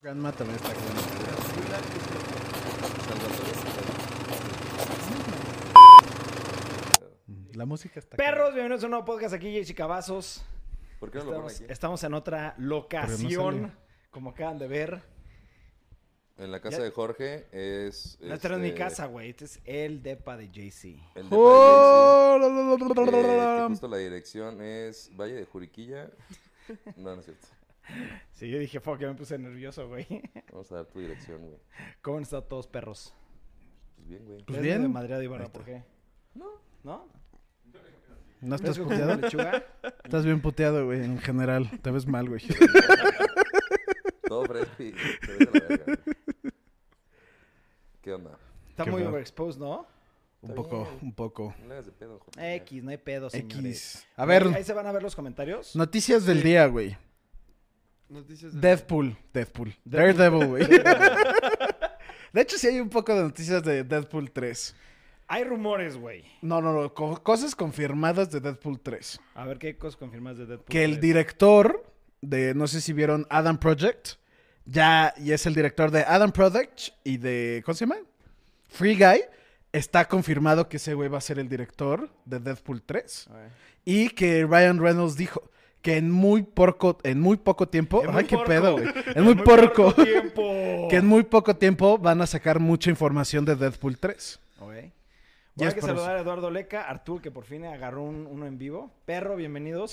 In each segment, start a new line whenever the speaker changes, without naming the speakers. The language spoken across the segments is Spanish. Ganma también está con La música está
Perros, bienvenidos a un nuevo podcast aquí, Jesse Cavazos.
¿Por qué no lo
Estamos,
ponen aquí?
estamos en otra
Pero
locación,
no sale.
como acaban de ver.
En la casa
Ya-
de Jorge es.
No, esta no es mi
este,
casa, güey. Este es el depa de JC.
El de
¡Oh!
Valle de Elche, eh, que justo la dirección es Valle de Juriquilla. No, no es cierto.
Sí, yo dije, fuck, ya me puse nervioso, güey.
Vamos a dar tu dirección, güey.
¿Cómo han estado todos perros?
Pues bien, güey.
Pues
¿Eres
bien.
de Madrid de Ibarra,
Ahí está.
¿por qué? No.
¿No
¿No?
estás
¿Estás como
puteado?
lechuga?
Estás bien puteado, güey, en general. Te ves mal, güey.
Todo fresco y se ve de la verga, güey. ¿Qué onda?
Está
Qué
muy
raro.
overexposed, ¿no?
Un poco, un poco.
No le hagas de pedo, Jorge. ya.
X, no hay pedo, señores.
X. A ver,
Ahí se van a ver los comentarios.
noticias del día, güey.
Noticias de...
Deathpool. Deathpool. Daredevil, güey. De hecho, sí hay un poco de noticias de Deathpool 3.
Hay rumores, güey.
No, no, no. co- cosas confirmadas de Deathpool 3.
A ver qué cosas confirmas de Deadpool.
que el
tres?
director de, no sé si vieron Adam Project, ya y es el director de Adam Project y de, ¿cómo se llama? Free Guy, está confirmado que ese güey va a ser el director de Deadpool 3
A ver.
y que Ryan Reynolds dijo que en muy poco, en muy poco tiempo,
En muy
ay, qué
porco.
pedo, güey, en muy porco,
corto tiempo.
que en muy poco tiempo van a sacar mucha información de Deadpool 3.
Ok.
Ya
Bueno,
es
hay que
por eso.
saludar a Eduardo Leca, Artur, que por fin agarró un- uno en vivo. Perro, bienvenidos.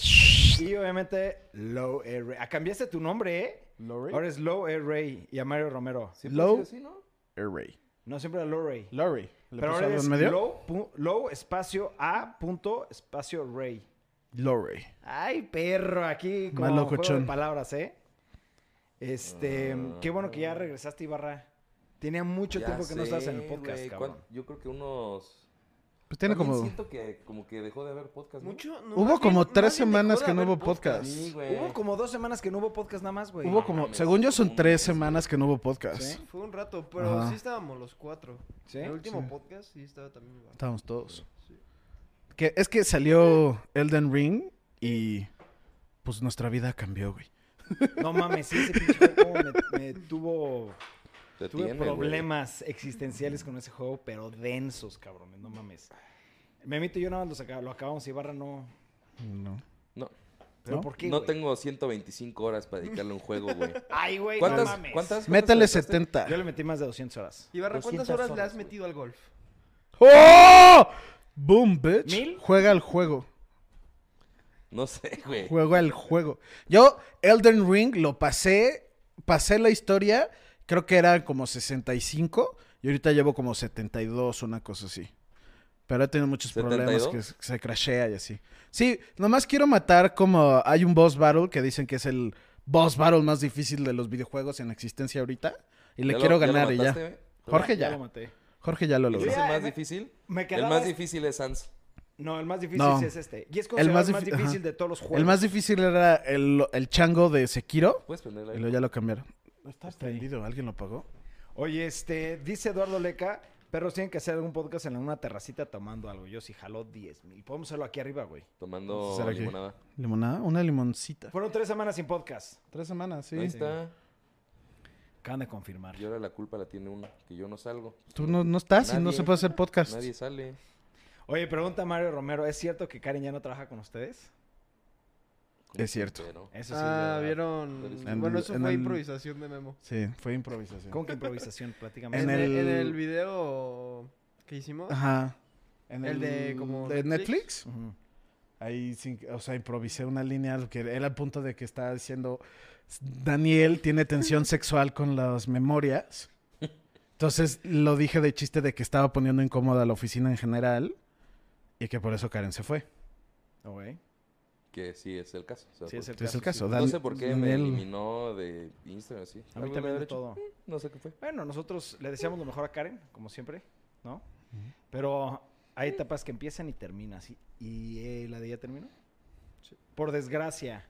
Y obviamente, Low Air Ray. Ah, cambiaste tu nombre, ¿eh? Ahora es Low Air Ray y a Mario Romero.
Siempre ha
Low-
sido pues, así, ¿no?
Array.
No, siempre era Low Ray.
Lowry. ¿Le
Pero
puso
ahora
algo
es
en medio?
low, pu- low espacio A punto espacio Ray.
Lowry.
Ay, perro, aquí como
Más
juego
locochón.
de palabras, ¿eh? Este,
Ah.
qué bueno que ya regresaste, Ibarra. Tenía mucho
Ya
tiempo que no estabas en el
sé,
podcast,
güey.
cabrón.
¿Cuán- Yo creo que unos.
Pues tiene
También
como...
Siento que como que dejó de haber podcast. ¿no?
Mucho, no,
Hubo
más
como
bien-
tres
más bien dejó
semanas
de
que no
haber
hubo podcast.
Sí, güey.
Hubo como dos semanas que no hubo podcast nada más, güey.
Hubo como,
mames,
según yo, son
un
tres
mes, güey.
semanas que no hubo podcast.
Sí.
Fue un rato, pero
Ajá.
sí estábamos los cuatro.
¿Sí?
El último
Sí.
podcast sí estaba también igual.
Estábamos todos.
Sí.
Que es que salió Elden Ring y pues nuestra vida cambió, güey.
No mames, sí, ese pinche juego me, me tuvo
Te
tuve
tiene, güey.
problemas existenciales con ese juego, pero densos, cabrones, no mames. Memito y yo nada más lo, saca- lo acabamos y Barra no.
No.
No,
¿Pero
¿No?
por qué?
no
güey?
tengo 125 horas para dedicarle a un juego, güey.
Ay, güey, no
¿Cuántas,
mames.
¿Cuántas? cuántas
Métele
aventaste?
70.
Yo le metí más de 200 horas.
Ibarra, ¿cuántas
200
horas, le
horas,
has
güey.
metido al golf?
¡Oh! ¡Boom, bitch!
¿Mil?
Juega al juego.
No sé, güey.
Juega al juego. Yo, Elden Ring, lo pasé, pasé la historia, creo que eran como 65 y ahorita llevo como 72, una cosa así. Pero he tenido muchos problemas que
¿72?
se- se crashea y así. Sí, nomás quiero matar como hay un boss battle que dicen que es el boss battle más difícil de los videojuegos en existencia ahorita. Y le
¿Ya lo-
quiero
ya lo
ganar y ya.
mataste, güey?
Jorge
lo
ya.
maté.
Jorge ya lo
¿Ese
logró.
¿Es
Ya,
el más
me-
difícil?
me
el
quedaba-
más difícil es Sans.
No, el más difícil
No.
sí es este. Y es
El
considerado
más
el más
difí-
difícil
ajá.
de todos los juegos.
El más difícil era el, el chango de Sekiro.
¿Puedes prenderla
Y
ahí?
luego ya lo cambiaron.
Está
Prendido, ¿alguien lo pagó?
Oye, este, dice Eduardo Leca, perros tienen que hacer algún podcast en una terracita tomando algo. Yo sí jaló 10 mil. Podemos hacerlo aquí arriba, güey.
Tomando
¿Será que-
limonada.
¿Limonada? Una limoncita.
Fueron tres semanas sin podcast.
Tres semanas, sí.
Ahí está.
Acaban de confirmar.
Y ahora la culpa la tiene uno, que yo no salgo.
Tú no, no estás y no
Nadie.
se puede hacer podcast.
Nadie sale.
Oye, pregunta Mario Romero, ¿es cierto que Karen ya no trabaja con ustedes?
Como
Es cierto.
soltero.
Eso sí. es
Ah,
verdad.
vieron.
En-
bueno, eso
en
fue
el-
improvisación de Memo.
Sí, fue improvisación.
¿Cómo que improvisación? Platícame.
En
En, el...
el-
en el video que hicimos.
Ajá. En
El de como
de Netflix.
Netflix.
Ujú.
Ahí, sin- o sea, improvisé una línea que era el punto de que estaba diciendo Daniel tiene tensión sexual con las memorias. Entonces lo dije de chiste de que estaba poniendo incómoda la oficina en general y que por eso Karen se fue.
Ok.
Que sí es el caso. o sea,
Sí, es
por-
el
Es el caso.
caso, sí.
Dan-
No sé por qué me
Daniel-
eliminó de Instagram, sí.
A mí también
Algo debe
de
haber hecho.
todo.
No sé qué fue.
Bueno, nosotros le deseamos lo mejor a Karen, como siempre, ¿no? Pero hay etapas que empiezan y terminan, ¿sí? ¿Y eh, la de ella terminó? Por desgracia.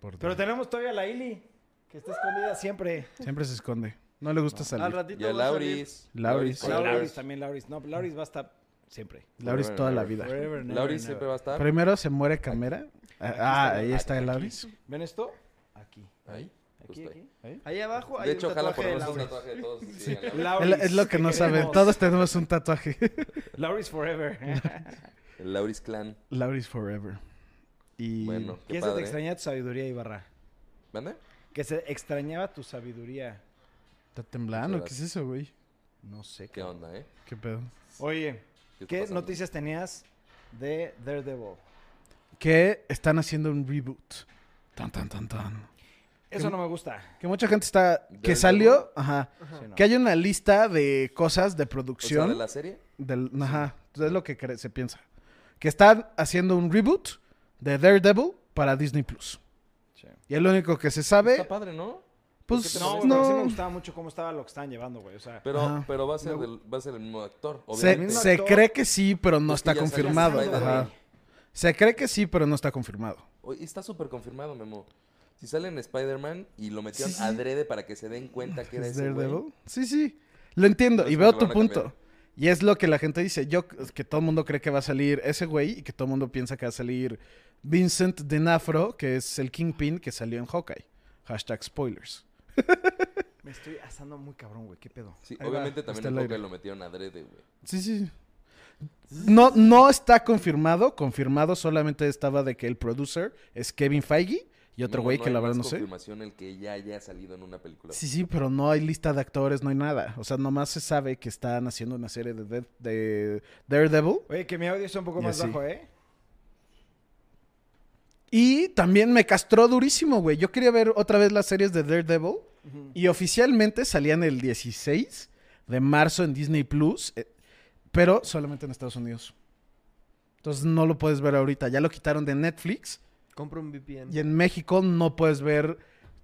Por
Pero
Dios.
tenemos todavía a la Ili, que está escondida siempre.
Siempre se esconde. No le gusta
Al
salir.
ratito
Y a
va a salir.
Lauris.
Lauris.
Lauris.
Sí.
Lauris.
Lauris.
también, Lauris. No, Lauris va a estar siempre.
Lauris toda la vida.
Forever, never,
Lauris
never.
siempre va a estar.
Primero se muere Camera. Ah,
está.
ahí está el Lauris.
¿Ven esto? Aquí.
Ahí.
Aquí,
Justo ahí.
aquí.
¿Eh?
Ahí abajo hay
De hecho,
un
ojalá
tatuaje de
ponemos un
Laura.
tatuaje de todos. sí, en la-
Es lo- es lo que no saben. Todos tenemos un tatuaje.
Lauris Forever.
El Lauris Clan.
Lauris Forever. Y
Bueno,
que
qué
se te
padre.
extrañaba tu sabiduría, Ibarra.
¿Mande?
Que se extrañaba tu sabiduría.
está temblando.
Muchas
¿Qué es eso, güey?
No sé
¿Qué onda, eh?
¿Qué pedo?
Oye,
¿Qué está
¿qué
pasando?
noticias tenías de Daredevil?
Que están haciendo un reboot. Tan, tan, tan, tan.
Eso no me gusta.
Que mucha gente está... Que
Daredevil.
salió... Ajá.
Sí, no.
Que hay una lista de cosas de
O sea,
producción.
de la serie.
Del, ajá, es lo que cre- se piensa. Que están haciendo un reboot de Daredevil para Disney Plus.
Sí.
Y es lo único que se sabe.
Está padre, ¿no?
Pues
¿Qué te
no.
No, güey, pero sí me gustaba mucho cómo estaba lo que estaban llevando, güey. O sea,
Pero,
Ajá.
pero va, a ser del- va a ser el mismo actor,
se,
obviamente.
mismo
se
actor-
cree que sí, pero no
Es que
está
ya salió
confirmado.
Spider-Man,
ajá.
güey.
Se cree que sí, pero no está confirmado.
Oye, está súper confirmado, Memo. Si sale en Spider-Man y lo metieron
Sí, sí.
adrede para que se den cuenta que era
¿Es
ese güey.
Daredevil? Sí, sí. Lo entiendo
No
y
es
veo
como que
tu
lo van a
punto. Y es lo que la gente dice. Yo, que todo el mundo cree que va a salir ese güey y que todo el mundo piensa que va a salir Vincent D'Onofrio, que es el Kingpin que salió en Hawkeye. Hashtag spoilers.
me estoy asando muy cabrón, güey. ¿Qué pedo?
Sí,
Ahí va,
obviamente
está
también
el
en Hawkeye
aire.
lo metieron adrede, güey.
Sí, sí. No, no está confirmado. Confirmado solamente estaba de que el producer es Kevin Feige y otro
Memo,
güey
no
que
hay
la verdad no
más
sé.
confirmación el que ya haya salido en una película.
Sí, sí, pero no hay lista de actores, no hay nada. O sea, nomás se sabe que están haciendo una serie de, Dead- de Daredevil.
Oye, que mi audio está un poco
Y
más
así.
bajo, ¿eh?
Y también me castró durísimo, güey. Yo quería ver otra vez las series de Daredevil. Y oficialmente salían el 16 de marzo en Disney Plus, eh, pero solamente en Estados Unidos. Entonces no lo puedes ver ahorita. Ya lo quitaron de Netflix.
Compra un VPN.
Y en México no puedes ver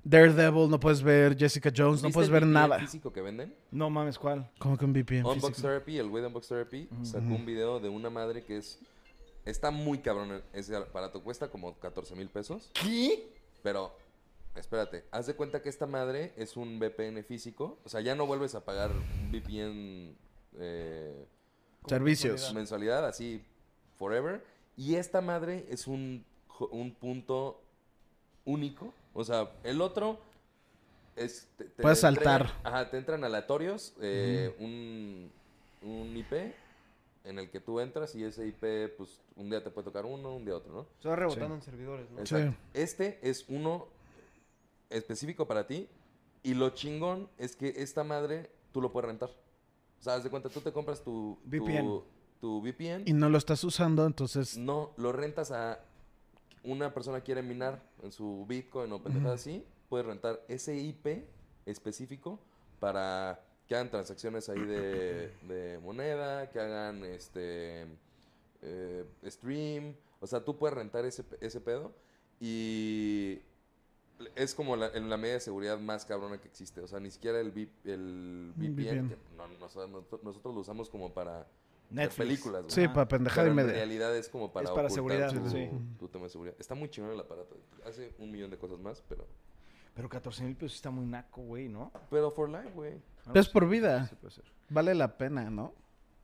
Daredevil, no puedes ver Jessica Jones, pues
¿Viste
no puedes
el
ver
VPN
nada.
físico que venden?
No mames, ¿cuál?
Como que un VPN físico.
Unbox Therapy, el güey de Unbox Therapy, sacó un video de una madre que es... Está muy cabrón ese aparato. Cuesta como 14 mil pesos.
¿Qué?
Pero, espérate, haz de cuenta que esta madre es un VPN físico. O sea, ya no vuelves a pagar VPN eh,
Servicios.
Pues, mensualidad, así, forever. Y esta madre es un, jo- un punto único. O sea, el otro es... te- te
Puedes
entregan-
saltar.
Ajá, te entran aleatorios eh, un, un IP en el que tú entras y ese IP, pues, un día te puede tocar uno, un día otro, ¿no?
Se va rebotando en servidores, ¿no?
Exacto. Este es uno específico para ti. Y lo chingón es que esta madre tú lo puedes rentar. O sea, haz de cuenta, tú te compras tu tu-
VPN.
Tu, VPN.
Y no lo estás usando, entonces
No, lo rentas a una persona quiere minar en su Bitcoin o pendejadas así. Puedes rentar ese IP específico para que hagan transacciones ahí de, de moneda, que hagan este eh, stream. O sea, tú puedes rentar ese, pe- ese pedo y es como la, en la medida de seguridad más cabrona que existe. O sea, ni siquiera el, vi- el
Un
VPN,
VPN.
que no- no- nosotros lo usamos como para ver
Netflix.
películas. güey.
sí,
Ajá.
para pendejada y
Pero en
media.
realidad es como para,
Es para
ocultar
seguridad,
tu,
sí.
tu tema de seguridad. Está muy chingón el aparato. Hace un millón de cosas más, pero...
Pero 14 mil pesos está muy naco, güey, ¿no?
Pero for life, güey.
Pero es por vida.
Sí puede ser.
Vale la pena, ¿no?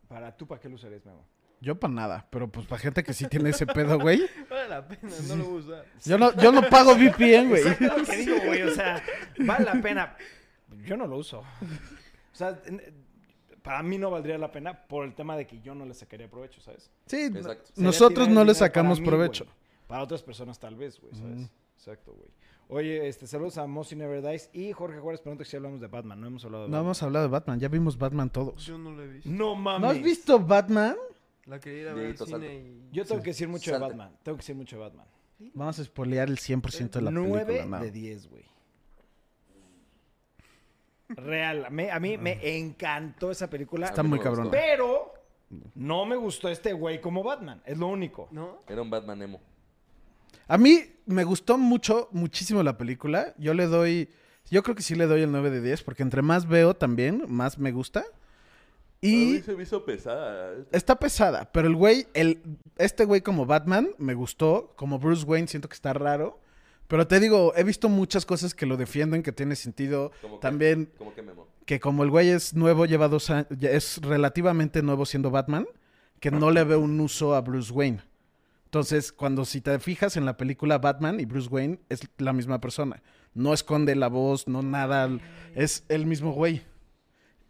Para tú, ¿para qué lo usarías, Memo?
Yo para nada, pero pues para gente que sí tiene ese pedo, güey.
Vale la pena, no lo voy a usar.
Yo no, yo no pago VPN, güey.
Exacto lo que digo, güey. O sea, vale la pena. Yo no lo uso. O sea, en- para mí no valdría la pena por el tema de que yo no le sacaría provecho, ¿sabes?
Sí,
Exacto.
no-
Sería
nosotros
tirar el
no le
dinero para
sacamos
mí,
provecho.
güey. Para otras personas tal vez, güey, ¿sabes? Exacto, güey. Oye, este, saludos a Mossy Never Dies y Jorge Juárez pregunta que si hablamos de Batman. No hemos hablado de
No
Batman.
hemos hablado de Batman, ya vimos Batman todos.
Yo no lo he visto.
No mames.
¿No has visto Batman?
La quería ir a ver al
Dieguito,
cine
salta.
y...
Yo tengo que decir mucho de
Salte.
Batman. Tengo que decir mucho de Batman.
Vamos a espolear el 100% de la
9
película. ¿no?
de 10, güey. Real. me- a mí me encantó esa película.
Ah. Está
A mí
muy
no me
cabrón.
gustó.
Pero no me gustó este güey como Batman. Es lo único.
¿No?
Era un Batman emo.
A mí me gustó mucho, muchísimo la película. Yo le doy, yo creo que sí le doy el 9 de 10, porque entre más veo también, más me gusta.
A
Y
mí se me hizo pesada.
está pesada, pero el güey, el, este güey como Batman me gustó, como Bruce Wayne siento que está raro. Pero te digo, he visto muchas cosas que lo defienden, que tiene sentido.
Como que-
También
Como que memo.
que como el güey es nuevo, lleva dos años, es relativamente nuevo siendo Batman, que no le veo un uso a Bruce Wayne. Entonces, cuando si te fijas en la película Batman y Bruce Wayne es la misma persona. No esconde la voz, no nada, es el mismo güey.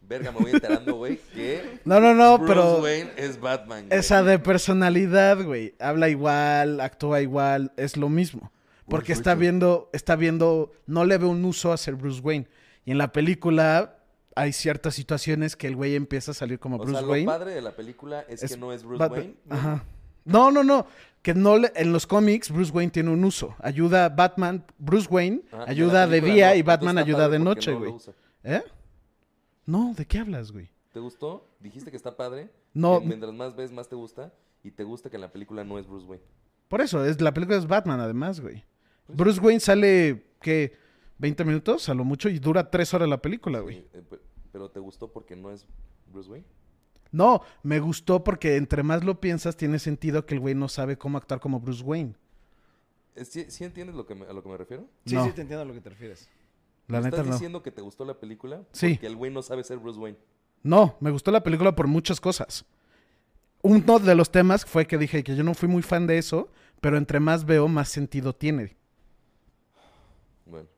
Verga, me voy enterando, güey, que
No, no, no,
Bruce
pero
Wayne es Batman. güey.
esa de personalidad, güey, habla igual, actúa igual, es lo mismo. Porque
Bruce
está
Wayne.
viendo, está viendo, no le ve un uso a ser Bruce Wayne. Y en la película hay ciertas situaciones que el güey empieza a salir como
O
Bruce
sea,
Wayne.
lo padre de la película es,
Es
que no es Bruce
Batman.
Wayne.
Ajá. No, no, no. Que no le- en los cómics Bruce Wayne tiene un uso. Ayuda a Batman, Bruce Wayne
Ajá, y en la
ayuda de
película
día
no,
y
entonces
Batman
está
ayuda
padre
de
porque
noche,
no lo
güey.
usa.
¿Eh? No, ¿de qué hablas, güey?
¿Te gustó? Dijiste que está padre.
No.
No. mientras más ves, más te gusta. Y te gusta que en la película no es Bruce Wayne.
Por eso, es, la película es Batman además, güey.
Pues
Bruce Wayne sale, ¿qué? 20 minutos a lo mucho y dura 3 horas la película, güey.
Sí, eh, pe- pero te gustó porque no es Bruce Wayne.
No, me gustó porque entre más lo piensas tiene sentido que el güey no sabe cómo actuar como Bruce Wayne.
Eh, ¿Sí, sí entiendes lo que me- a lo que me refiero?
Sí,
No.
sí, te entiendo a lo que te refieres.
La
¿Me
neta
¿Estás
no.
diciendo que te gustó la película?
Sí.
Porque el güey no sabe ser Bruce Wayne.
No, me gustó la película por muchas cosas. Uno de los temas fue que dije que yo no fui muy fan de eso, pero entre más veo, más sentido tiene.
Bueno.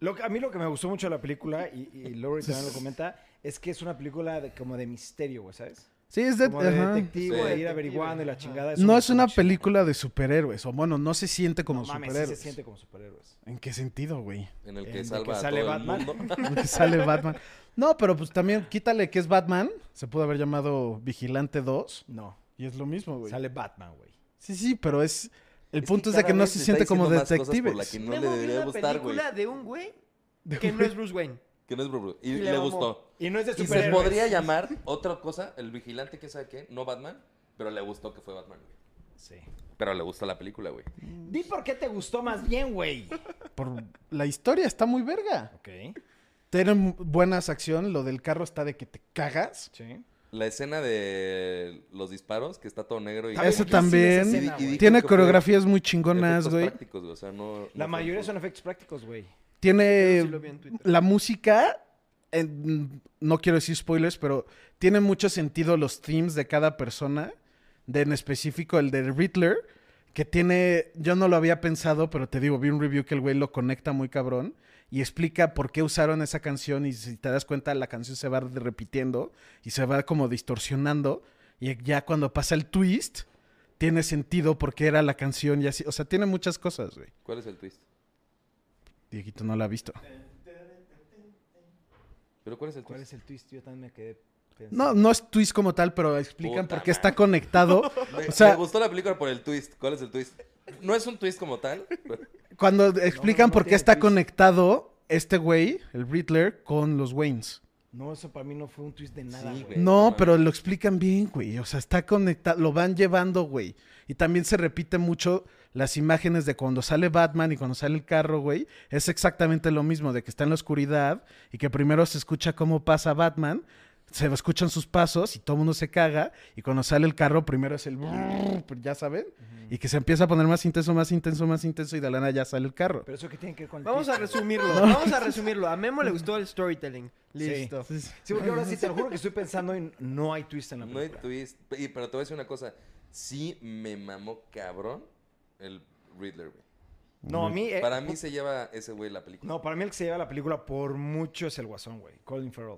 Lo que- a mí lo que me gustó mucho de la película, y, y Lori también lo comenta, es que es una película de- como de misterio, güey, ¿sabes?
Sí, es de...
Como de
ajá.
detective,
Sí.
de ir averiguando y la chingada. eso me
No es
gustó
una
mucho.
película de superhéroes, o bueno, no se siente como
No mames, sí
superhéroes.
se siente como superhéroes.
¿En qué sentido, güey?
En el
En el
que
que
salva a
sale
todo
Batman.
el mundo.
Porque sale Batman. No, pero pues también quítale que es Batman. Se pudo haber llamado Vigilante 2.
No,
Y es lo mismo, güey.
sale Batman, güey.
Sí, sí, pero es... El
Es
punto es de
cada
que no
vez
se
está
siente como
diciendo más cosas por la
detectives.
que no
Memo
le
vio
debería
una
gustar, güey.
película de un güey que no es Bruce Wayne.
Que no es Bruce Wayne. Y,
Y
y
le
le
mamó.
gustó.
Y no es de
Y se
superhéroes.
podría llamar otra cosa, el vigilante, que sabe qué, no Batman, pero le gustó que fue Batman, güey.
Sí.
Pero le gusta la película, güey.
Di por qué te gustó más bien, güey.
Por la historia está muy verga.
Ok,
Tienen buenas acciones. Lo del carro está de que te cagas.
sí.
La escena de los disparos, que está todo negro y...
Ah, Eso
Está
Ese también.
bien difícil
Y
esa
di- y
escena,
di-
güey.
Tiene
creo que fue
coreografías muy chingonas,
efectos
güey.
prácticos, güey, o sea, no-
La
no
mayoría
fue-
son efectos prácticos, güey.
Eso sí lo vi
Tiene
en Twitter.
la música. en- no quiero decir spoilers, pero tiene mucho sentido los themes de cada persona. De en específico el de Riddler, que tiene. Yo no lo había pensado, pero te digo, vi un review que el güey lo conecta muy cabrón y explica por qué usaron esa canción. Y si te das cuenta, la canción se va de- repitiendo y se va como distorsionando. Y ya cuando pasa el twist, tiene sentido porque era la canción y así. O sea, tiene muchas cosas, güey.
¿Cuál es el twist?
Dieguito no la ha visto.
¿Pero cuál es el
¿Cuál
twist?
es el twist? Yo también me quedé
No,
pensando.
no es twist como tal, pero explican
Puta
por qué
madre.
está conectado.
Me,
O sea,
me gustó la película por el twist. ¿Cuál es el twist? No es un twist como tal. pero-
cuando explican
no, no
por qué
tiene
está
twist.
conectado este güey, el Riddler, con los Waynes.
No, eso para mí no fue un twist de nada,
Sí,
güey.
güey.
No,
no.
pero lo explican bien, güey. O sea, está conectado, lo van llevando, güey. Y también se repite mucho las imágenes de cuando sale Batman y cuando sale el carro, güey. Es exactamente lo mismo, de que está en la oscuridad y que primero se escucha cómo pasa Batman, se escuchan sus pasos y todo el mundo se caga. Y cuando sale el carro, primero es el... brrr, pues, ya saben. Y que se empieza a poner más intenso, más intenso, más intenso y de la nada ya sale el carro.
Pero eso que tiene que ver con el
Vamos a
twist, güey?
resumirlo, vamos a resumirlo. A Memo le gustó el storytelling. Listo.
Sí, porque ahora sí te lo juro que estoy pensando y no hay twist en la
No hay
película.
twist. Y- pero te voy a decir una cosa. Sí me mamó cabrón el Riddler, güey.
No, a mí... eh,
Para mí se lleva ese güey la película.
No, para mí el que se lleva la película por mucho es el Guasón, güey. Colin Farrell.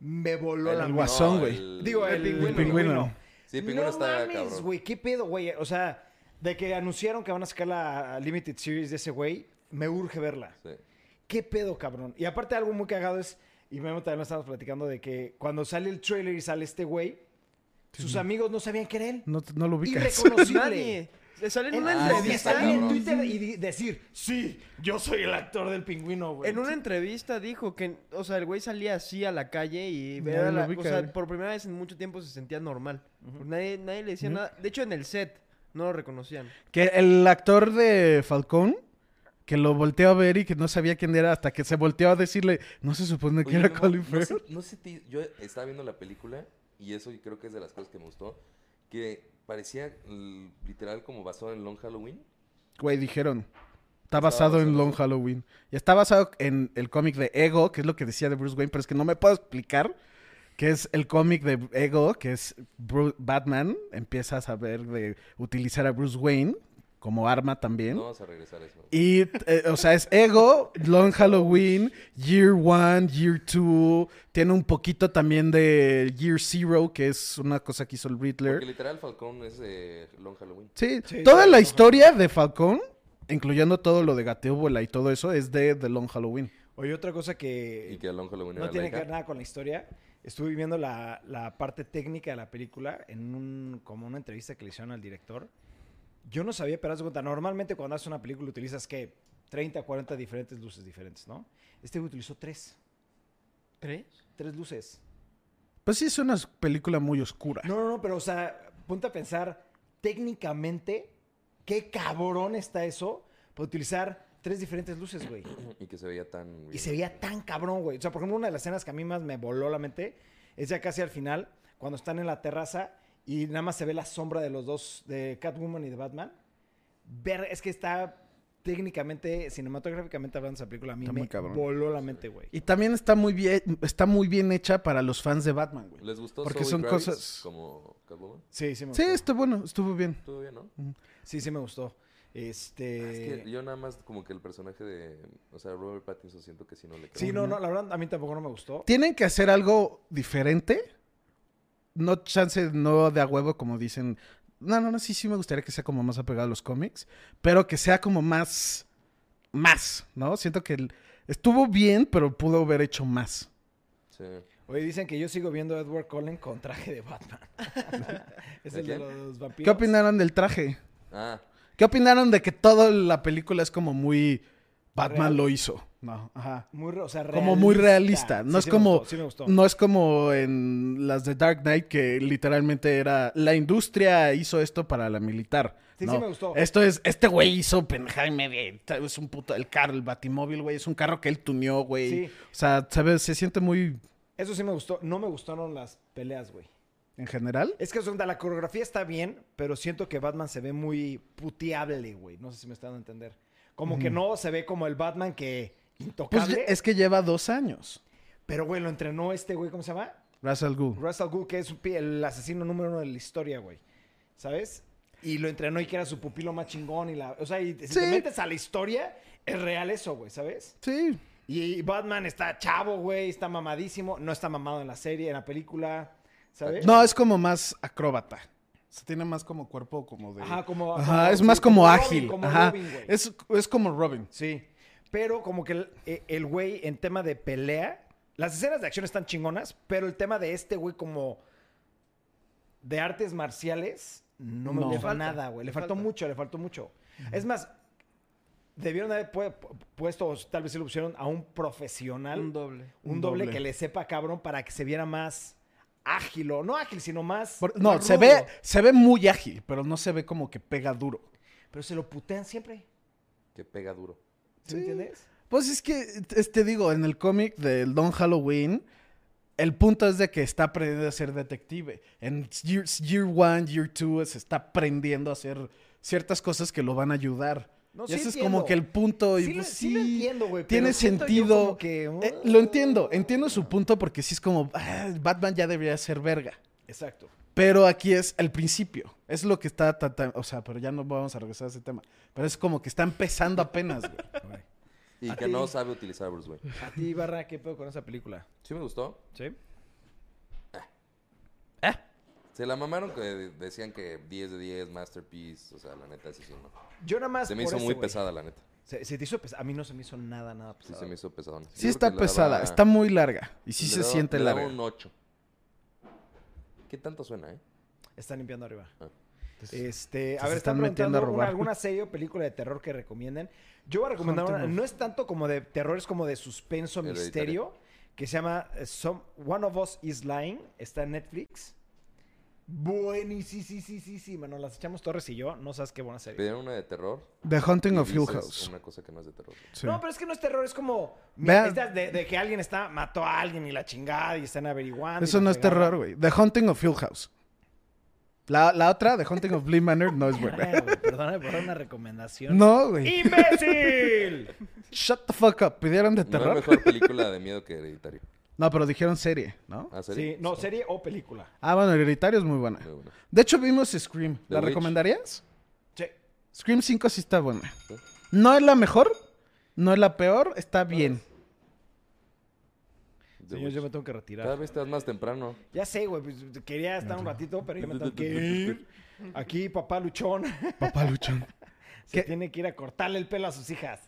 Me voló
El-
la
El
mente.
no,
Guasón, güey.
el-
Digo, el, pingüino.
el pingüino.
Sí, el pingüino
no
está
mames,
cabrón.
güey. ¿Qué pedo, güey? O sea, de que anunciaron que van a sacar la Limited Series de ese güey, me urge verla.
Sí.
¿Qué pedo, cabrón? Y aparte algo muy cagado es, y Memo también lo estábamos platicando, de que cuando sale el trailer y sale este güey, sus amigos no sabían que era él.
No, no lo ubicas.
Irreconocible.
Pues Nadie. Le sale en
En
una
Ah, sí, está
entrevista.
salir en
cabrón.
Twitter y di- decir, sí, yo soy el actor del pingüino, güey.
En una entrevista dijo que, o sea, el güey salía así a la calle y
Nadie
era
lo
la- o
ubica,
sea,
güey.
por primera vez en mucho tiempo se sentía normal. Pues nadie, nadie le decía nada. De hecho, en el set no lo reconocían.
Que el actor de Falcón, que lo volteó a ver y que no sabía quién era, hasta que se volteó a decirle, no se supone que
Oye,
era
Memo,
Colin
no
Firth.
sé, no sé ti- yo estaba viendo la película y eso yo creo que es de las cosas que me gustó. Que parecía l- literal como basado en Long Halloween.
Güey, dijeron. Está
Está
basado en
basado.
Long Halloween. Y está basado en el cómic de Ego, que es lo que decía de Bruce Wayne, pero es que no me puedo explicar que es el cómic de Ego, que es Bru- Batman, empieza a saber de utilizar a Bruce Wayne como arma también.
No vamos a regresar a eso.
Y, eh, o sea, es Ego, Long Halloween, Year One, Year Two. Tiene un poquito también de Year Zero, que es una cosa que hizo el
Porque
Riddler.
literal Falcón es eh, Long Halloween.
Sí,
Sí,
toda
sí,
la
Long
historia de Falcón, incluyendo todo lo de Gatúbela y todo eso, es de The Long Halloween.
Oye, otra cosa que...
Y que Long Halloween
No
era
tiene que
laica.
ver nada con la historia. Estuve viendo la, la parte técnica de la película en un, como una entrevista que le hicieron al director. Yo no sabía, pero haz de cuenta, normalmente cuando haces una película utilizas, ¿qué? 30, 40 diferentes luces diferentes, ¿no? Este güey utilizó tres.
¿Tres?
Tres luces.
Pues sí, es una s- película muy oscura.
No, no, no, pero o sea, ponte a pensar, técnicamente, ¿qué cabrón está eso? Para utilizar tres diferentes luces, güey.
Y que se veía tan...
Y
bien.
se veía tan cabrón, güey. O sea, por ejemplo, una de las escenas que a mí más me voló la mente es ya casi al final, cuando están en la terraza y nada más se ve la sombra de los dos, de Catwoman y de Batman. Ver, es que está técnicamente, cinematográficamente hablando esa película, a mí
Está muy
me
cabrón.
voló la mente, güey.
Y también está muy bien, está muy bien hecha para los fans de Batman, güey.
¿Les gustó
Porque
Zoe
son
Kravitz
cosas-
como Catwoman?
Sí, sí me
Sí,
gustó.
estuvo bueno, estuvo bien.
Estuvo bien, ¿no?
Mm. Sí, sí me gustó.
Ah, Es
Este...
que yo nada más como que el personaje de... O sea, Robert Pattinson siento que sí no le Mm. quedó.
Sí, no, no, la verdad a mí tampoco no me gustó.
Tienen que hacer algo diferente. No chance, no de a huevo, como dicen. No, no, no, sí, sí me gustaría que sea como más apegado a los cómics. Pero que sea como más. Más, ¿no? Siento que el- estuvo bien, pero pudo haber hecho más.
Sí.
Oye, dicen que yo sigo viendo a Edward Cullen con traje de Batman. es
¿De
el de
quién?
los
¿Qué
vampiros.
opinaron del traje?
Ah,
¿Qué opinaron de que toda la película es como muy. Batman
Real.
lo hizo. No, ajá.
Muy, re- o sea,
Como muy realista. No
Sí,
es
sí me
como.
gustó, sí me gustó.
No es como en las de Dark Knight que literalmente era la industria hizo esto para la militar.
Sí,
No,
sí me gustó.
Esto es, este güey hizo pendejada y media. Es un puto, el carro, el batimóvil, güey. Es un carro que él tuneó, güey.
Sí.
O sea, ¿sabes? Se siente muy
Eso sí me gustó. No me gustaron las peleas, güey.
en general.
Es que o sea, la coreografía está bien, pero siento que Batman se ve muy puteable, güey. No sé si me están a entender. Como que no se ve como el Batman que
Pues
intocable.
ya- es que lleva dos años.
Pero, güey, lo entrenó este güey, ¿cómo se llama?
Russell Gould.
Russell Gould, que es un pi- el asesino número uno de la historia, güey. ¿Sabes? Y lo entrenó y que era su pupilo más chingón y la... O sea, y si te
Sí.
metes a la historia, es real eso, güey, ¿sabes?
Sí.
Y Batman está chavo, güey, está mamadísimo. No está mamado en la serie, en la película, ¿sabes?
No, es como más acróbata. Se tiene más como cuerpo como de.
Ajá, como-
Ajá,
como-
es
sí,
más como,
como Robin,
ágil.
como
Ajá.
Robin, güey.
es, es como Robin.
Sí. Pero como que el- eh, el güey en tema de pelea, las escenas de acción están chingonas, pero el tema de este güey como de artes marciales, no me
No.
gustó
Le
falta,
nada, güey. Le,
le
faltó
falta.
mucho, le faltó mucho. Es más, debieron haber pu- pu- puesto, o tal vez sí lo pusieron, a un profesional,
Un
un,
doble.
un
doble,
doble.
que le sepa cabrón para que se viera más ágil, o no ágil, sino más...
Por- Pues no,
más
se
rudo.
ve, se ve muy ágil, pero no se ve como que pega duro.
Pero se lo putean siempre,
que pega duro.
¿sí me
Sí.
entiendes?
Pues es que, es- te digo, en el cómic del Don Halloween, el punto es de que está aprendiendo a ser detective. En Year, year One, Year Two, se está aprendiendo a hacer ciertas cosas que lo van a ayudar.
No,
y
sí
ese es
entiendo.
como que el punto. Y
Sí lo-
pues
sí lo
sí,
entiendo, güey,
Tiene
pero siento yo
sentido.
como que, uh.
Eh, lo entiendo, entiendo su punto porque sí es como, "Ah, Batman ya debería ser verga.
Exacto.
Pero aquí es el principio. Es lo que está tratando. O sea, pero ya no vamos a regresar a ese tema. Pero es como que está empezando apenas, güey.
Y
¿A
que
ti?
no sabe utilizar Bruce Wayne.
A ti, Barra, ¿qué pedo con esa película?
Sí me gustó.
¿Sí?
Se la mamaron que de- decían que 10 de 10, masterpiece. O sea, la neta, eso sí, ¿no?
Yo nada más.
Se me
por
hizo
ese,
muy
güey.
pesada, la neta.
Se, se te hizo pesada. A mí no se me hizo nada, nada
Sí,
pesada.
se me hizo pesadona.
Sí está pesada,
ah,
está muy larga. Y sí se siente
la
larga.
un 8. ¿Qué tanto suena, eh?
Están limpiando arriba.
Ah.
Este, a
se
ver, están
están metiendo
preguntando
a
una-
robar.
alguna serie o película de terror que recomienden. Yo voy a recomendar una,
Haunting of-
no es tanto como de terror, es como de suspenso,
Hereditario.
misterio, que se llama eh, Some- One of Us is Lying, está en Netflix. Buenísima, sí, sí, sí, sí, nos las echamos Torres y yo, no sabes qué buena serie.
Pidieron una de terror.
The Haunting
y
of Hill
dices
House.
Una cosa que no es de terror.
Sí.
No, pero es que no es terror, es como
Vean.
estas de, de que alguien está mató a alguien y la chingada y están averiguando. y
Eso
la
no es
fregada.
terror, güey. The Haunting of Hill House. La, la otra, The Haunting of Bly Manor, no es buena.
Ay, Eh, güey, Perdóname por dar una recomendación.
No, güey.
¡Imbécil!
Shut the fuck up. ¿Pidieron de
No hay
terror?
mejor película de miedo que Hereditario.
No, No, pero dijeron serie, ¿no?
Ah,
Sí,
serie.
no, serie o película.
Ah, bueno, Hereditario es muy buena.
Muy buena.
De hecho, vimos Scream.
The
¿La
Witch.
recomendarías?
Sí.
Scream 5 sí está buena.
Sí.
No es la mejor, no es la peor, está bien.
The
Señor,
Witch.
yo me tengo que retirar.
Cada vez estás más temprano.
Ya sé, güey, pues, quería estar un ratito, pero yo me tengo que ir. Aquí, papá luchón,
Papá Luchón.
se
¿Qué?
tiene que ir a cortarle el pelo a sus hijas.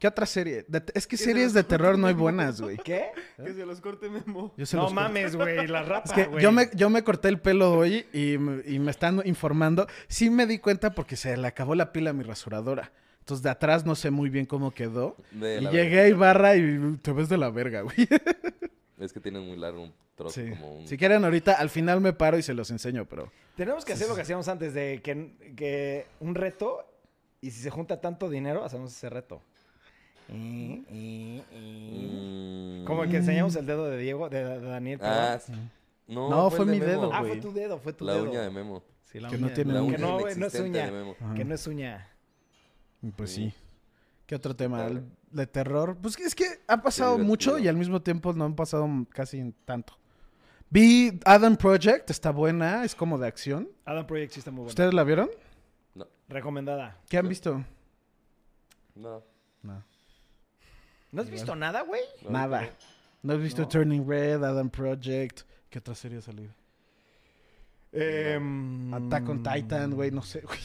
¿Qué otra serie? De- es que series de terror no hay buenas, güey.
¿Qué?
Que se los corte Memo.
Yo se
No
los cuento.
mames, güey, la rapa,
Es que
güey.
yo me, yo me corté el pelo hoy y, me- y me están informando. Sí me di cuenta porque se le acabó la pila a mi rasuradora. Entonces de atrás no sé muy bien cómo quedó.
De
y
la
llegué a Ibarra y te ves de la verga, güey.
Es que tienes muy largo un trozo
Sí.
como un...
Si quieren ahorita, al final me paro y se los enseño, pero...
Tenemos que hacer lo que hacíamos antes de que, que un reto y si se junta tanto dinero, hacemos ese reto.
Mm.
Como el que enseñamos el dedo de Diego, de, de Daniel.
Ah,
perdón.
sí. no,
No, fue
el de
mi dedo,
Memo.
Ah,
güey.
fue tu dedo, fue tu
La
dedo.
uña de Memo.
Sí, la
Que
uña
no
de-
tiene
La
uña.
uña
Que no, güey, no es
inexistente
uña.
de Memo.
Ajá.
Que no es uña.
Y Pues
Sí.
sí. ¿Qué otro tema?
Claro.
El- De terror. Pues que es que ha pasado
divertido.
mucho y al mismo tiempo no han pasado casi tanto. Vi Adam Project, está buena, es como de acción.
Adam Project sí está muy bueno.
¿Ustedes la vieron?
No,
Recomendada.
¿Qué han
Sí.
visto?
no.
No.
¿No has visto nada, güey?
no.
Nada. ¿No has visto
No.
Turning Red, Adam Project? ¿Qué otra serie ha salido?
Eh,
Attack
Mm.
on Titan, güey, no sé, güey.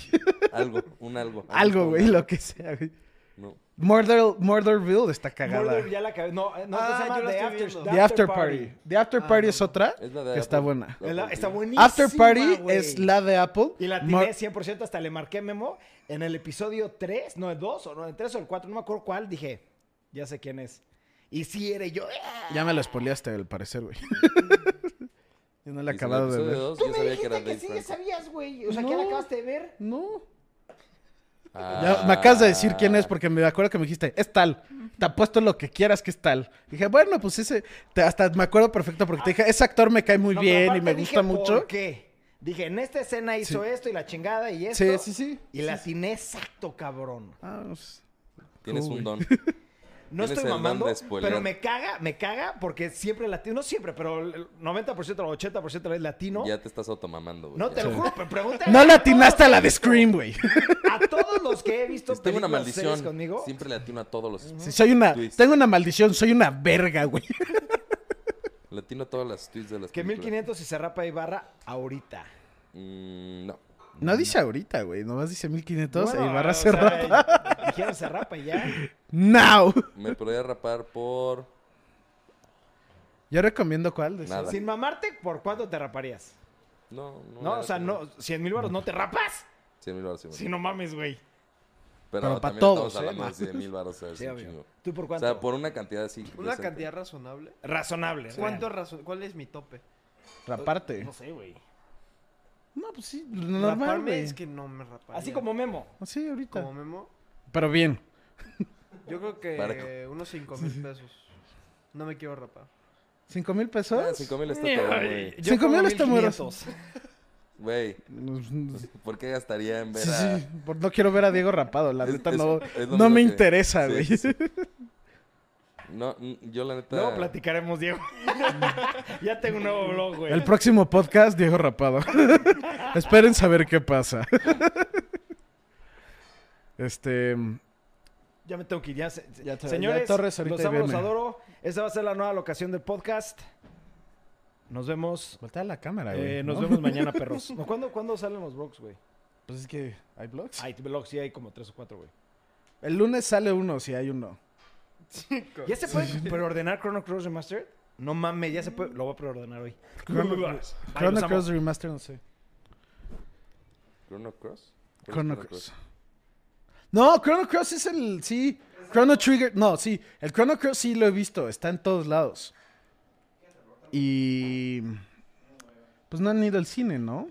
Algo, un algo.
Algo, güey, lo que sea, güey.
No.
Murder, Murderville está cagada.
Murder ya la acabé. No, eh, no,
Ah,
se llama
yo la
The
estoy
After,
viendo.
The
The After Party. The After
Ah,
Party
no,
es
no.
otra
Es la de
que está
Apple.
buena.
La
Es la-
Apple.
está buenísima,
After Party
güey.
es la de Apple.
Y la
Mur-
tiene 100%, hasta le marqué memo. En el episodio 3, no, el 2, o no, el 3 o el 4, no me acuerdo cuál, dije, ya sé quién es. Y sí, era yo. ¡Ah!
Ya me lo spoileaste, al parecer, güey. Yo no la he
Dice,
acabado
en
de
el
ver.
episodio dos,
Tú
yo
me
sabía
dijiste
que era
que,
Dave
sí, ya
Franco.
sabías, güey. O sea, ¿qué
No.
la acabas de ver?
No. Ya
Ah,
me acabas de decir quién es porque me acuerdo que me dijiste, es tal. Te apuesto lo que quieras que es tal. Dije, bueno, pues ese. te- hasta me acuerdo perfecto porque te dije, ese actor me cae muy
No, pero
bien y
aparte
me
dije,
gusta mucho.
¿Por qué? Dije, en esta escena hizo esto y la chingada y esto.
Sí, sí, sí.
Y la atiné exacto, cabrón.
Ah, pues,
Tienes
Uy.
un don.
No
Tienes
estoy
el don
mamando,
de spoilear.
pero me caga, me caga porque siempre latino, no siempre, pero el 90% o 80% es latino.
Ya te estás automamando, güey.
no, te
Ya.
lo juro, pero pregúntale.
Ah, No
a
la
todos
atinaste a la de
los que he
Scream, güey.
visto- A todos los que he visto
Tengo una
películas, series
maldición.
conmigo.
Siempre le atino a todos los.
Sí, soy una,
Twist.
tengo una maldición, soy una verga, güey.
Le atino a todas las tweets de las
Que
películas.
1500 y se rapa y barra ahorita.
Mm, no.
No dice ahorita, güey, nomás dice 1500 y
Bueno,
barra
o sea,
cerrada.
Dijeron se rapa y ya.
Now.
Me podría rapar por.
Yo recomiendo cuál. de esas.
Nada.
Sin mamarte, ¿por cuánto te raparías?
No, no.
No, o sea, no, 100 mil baros no te rapas.
Cien mil baros, sí,
Si no mames, güey.
Pero,
Pero pa'
también
todos,
estamos
¿eh?
hablando
No.
de cien mil baros. es
Sí,
un
obvio.
chingo.
¿Tú por
O
cuánto?
sea, por una cantidad así.
Una
decente.
cantidad razonable.
Razonable.
¿Cuánto
real.
razo- ¿Cuál es mi tope?
Raparte.
No sé, güey.
No, pues sí, normal,
Raparme
güey.
es que no me raparía.
Así como Memo.
Sí, ahorita.
Como Memo,
Pero bien.
yo creo que
Parejo.
unos 5 mil pesos. No me quiero rapar.
¿Cinco mil pesos?
Ah, cinco mil está todo, güey.
Cinco mil está muy
Güey,
Sí,
¿por qué gastaría en ver a-
Pues, sí. por- No quiero ver a Diego rapado, la
Es-
neta
es-
no,
es lo
no
mismo
me
que-
interesa,
sí,
güey.
sí, sí. No, mm, yo la neta.
Luego platicaremos, Diego. ya tengo un nuevo blog, güey.
El próximo podcast, Diego rapado. Esperen saber qué pasa. este,
Ya me tengo que ir. Ya, se-
Ya te-
señores,
ya Torres ahorita
los amo, los
viene.
adoro. Esta va a ser la nueva locación del podcast. Nos vemos.
voltea la cámara, güey.
Eh, nos
¿no?
vemos mañana, perros. No, ¿cuándo, ¿Cuándo salen los blogs, güey?
Pues es que hay blogs.
Hay blogs, sí hay como tres o cuatro, güey.
El lunes sale uno, si hay uno.
¿Ya se puede preordenar Chrono Cross Remastered? No mames, ya se puede. Lo voy a preordenar hoy.
Chrono,
Ay, los
Chrono
amo.
Cross Remaster, no sé.
¿Chrono Cross? ¿Cuál es
Chrono Cross. No, Chrono Cross es el. Sí. Chrono Trigger. No, sí. El Chrono Cross sí lo he visto. Está en todos lados. Y. Pues no han ido al cine, ¿no?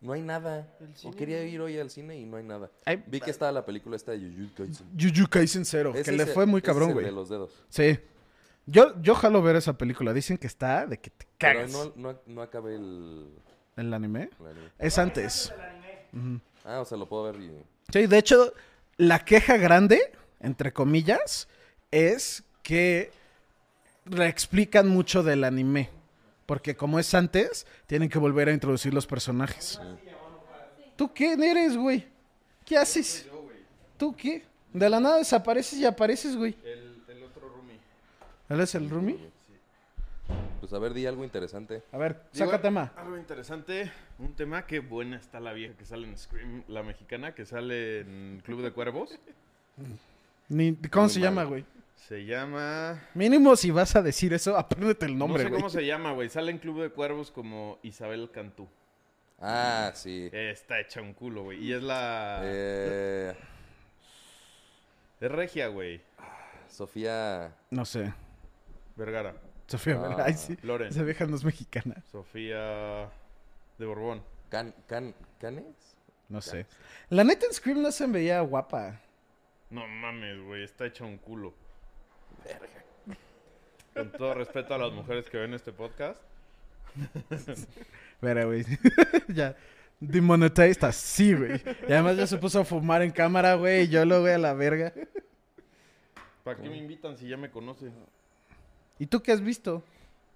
No hay nada. Yo quería ir hoy al cine y no hay nada.
Ay,
Vi que estaba la película esta de Jujutsu Kaisen.
Jujutsu Kaisen Cero.
Ese
Que le
es el-
fue muy
ese
cabrón,
es el
güey.
de los dedos.
Sí. Yo, yo jalo ver esa película. Dicen que está de que te
Pero
cagas.
no, no, no acabé el,
¿El anime?
el anime.
Es antes.
Ah, o sea, lo puedo ver y...
Sí, de hecho, la queja grande, entre comillas, es que reexplican mucho del anime. Porque como es antes, tienen que volver a introducir los personajes. ¿Tú quién eres, güey? ¿Qué haces? ¿Tú qué? De la nada desapareces y apareces, güey.
El, el otro roomie.
¿Él es el Rumi?
Pues a ver, di algo interesante.
A ver,
Digo,
saca tema.
Algo interesante, un tema que buena está la vieja que sale en Scream, la mexicana que sale en Club de Cuervos.
Ni- ¿Cómo
Muy
se
mal.
llama, güey?
Se llama...
Mínimo si vas a decir eso, apréndete el
no
nombre,
sé
güey.
cómo se llama, güey. Sale en Club de Cuervos como Isabel Cantú.
Ah, sí.
Eh, Está hecha un culo, güey. Y es la...
Eh,
Es regia, güey.
Sofía.
No sé.
Vergara.
Sofía
Ah,
Vergara. Ay, sí.
Loren.
Esa vieja no es mexicana.
Sofía de Borbón.
Can, can, ¿Canes?
No sé. La neta en Scream no se veía guapa.
No mames, güey. Está hecha un culo. Con todo respeto a las mujeres que ven este podcast.
Verá, güey. ya. Demonetized así, güey. Y además ya se puso a fumar en cámara, güey. Y yo lo veo a la verga.
¿Para qué me invitan si ya me conocen?
¿Y tú qué has visto?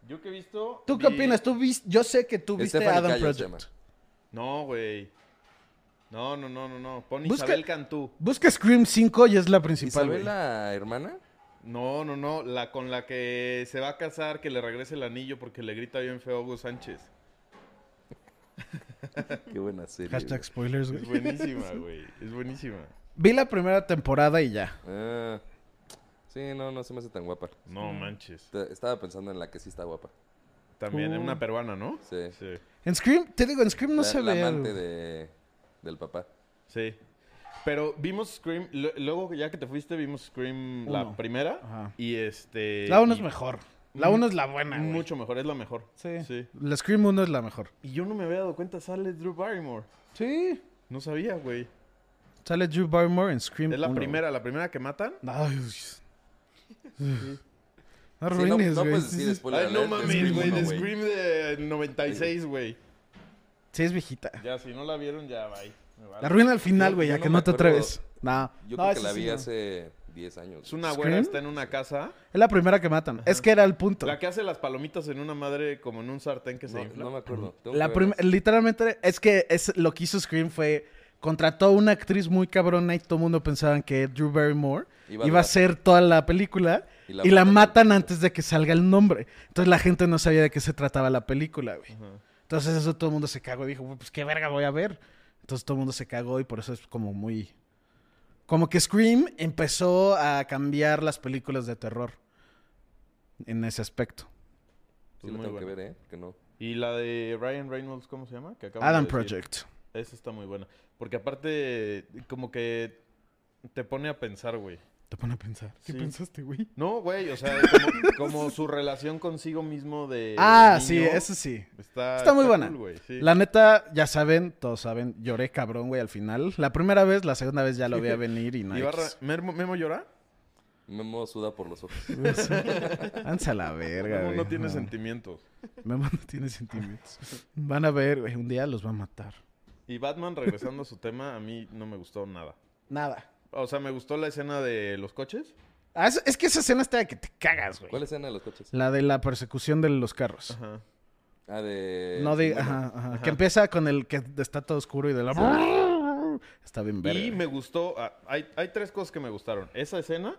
Yo que he visto...
¿Tú qué
vi-
opinas? ¿Tú vis- Yo sé que tú viste
Stephanie
Adam
Cayo se
Project.
llama.
No, güey. No, no, no, no, no. Pon
Busca-
Isabel Cantú.
Busca Scream 5 y es la principal, güey.
¿Isabel la hermana?
No, no, no. La con la que se va a casar, que le regrese el anillo porque le grita bien feo a Hugo Sánchez.
Qué buena serie.
Hashtag spoilers,
Es
güey.
buenísima, güey. Es buenísima.
Vi la primera temporada y ya.
güey. Ah, sí, no, no se me hace tan guapa.
No manches.
Te- Estaba pensando en la que sí está guapa.
También es
Oh.
una peruana, ¿no?
Sí.
Sí.
En Scream, te digo, en Scream no
la,
se
la
ve.
amante
güey.
de, del papá.
Sí. Pero vimos Scream, lo- luego ya que te fuiste vimos Scream la
Uno.
primera
Ajá.
y este...
La 1
y
es mejor. La 1 es la buena, güey.
Mucho mejor, es la mejor.
Sí. La Scream 1 es la mejor.
Y yo no me había dado cuenta, sale Drew Barrymore.
Sí.
No sabía, güey.
Sale Drew Barrymore en Scream
Es la
1, güey.
primera, la primera que matan.
Ay, Dios. No
Sí, no,
arruines,
no
güey.
puedes decir spoiler
Ay, no
alert, Scream
mames, güey,
uno,
de Scream de 96, güey.
Sí, es viejita.
Ya, si no la vieron, ya, bye. Me vale.
La arruina al final,
Yo-
güey,
yo
ya
no
que
me
no te
acuerdo.
atreves. No.
Yo
no,
creo que
esa
la
sí
vi
no.
hace 10 años.
Es una
¿Scream?
güera, está en una casa.
Es la primera que matan. Es que era el punto.
La que hace las palomitas en una madre como en un sartén que se
No,
infla.
no me acuerdo. tengo
La
que
prim-
verlas.
literalmente, es que es lo que hizo Scream fue contrató a una actriz muy cabrona y todo el mundo pensaba que Drew Barrymore iba,
Iba a
a
durar.
ser toda la película y
Y
la,
la
matan
matan.
antes de que salga el nombre. Entonces la gente no sabía de qué se trataba la película, güey.
Ajá.
Entonces eso todo el mundo se cagó y dijo, "Güey, pues qué verga voy a ver. Entonces todo el mundo se cagó y por eso es como muy... Como que Scream empezó a cambiar las películas de terror en ese aspecto.
Sí, lo
Muy
tengo que
buena.
ver, ¿eh? Que no.
Y la de Ryan Reynolds, ¿cómo se llama? Que acabamos
Adam
de decir.
Project.
Esa está muy buena. Porque aparte, como que te pone a pensar, güey.
Te pone a pensar. ¿Qué
Sí. Eh,
pensaste, güey?
No, güey, o sea, como, como su relación consigo mismo de.
Ah,
niño
sí, eso sí.
Está,
Está muy buena.
cool, güey, sí.
La neta, ya saben, todos saben, lloré cabrón, güey, al final. La primera vez, la segunda vez ya lo veía venir y nada.
¿Y Barra- Memo, Memo llora?
Memo suda por los ojos.
Ansa la verga,
Memo
güey.
no tiene sentimientos.
Memo no tiene sentimientos. Van a ver, güey, un día los va a matar.
Y Batman, regresando a su tema, a mí no me gustó nada.
Nada.
O sea, me gustó la escena de los coches.
Ah, es, es que esa escena está de que te cagas, güey.
¿Cuál escena de los coches?
La de la persecución de los carros.
Ajá.
Ah, de.
No de...
bueno,
ajá, ajá. Que empieza con el que está todo oscuro y de la... Está bien verga.
Y
güey.
me gustó. ah, hay, hay tres cosas que me gustaron. Esa escena,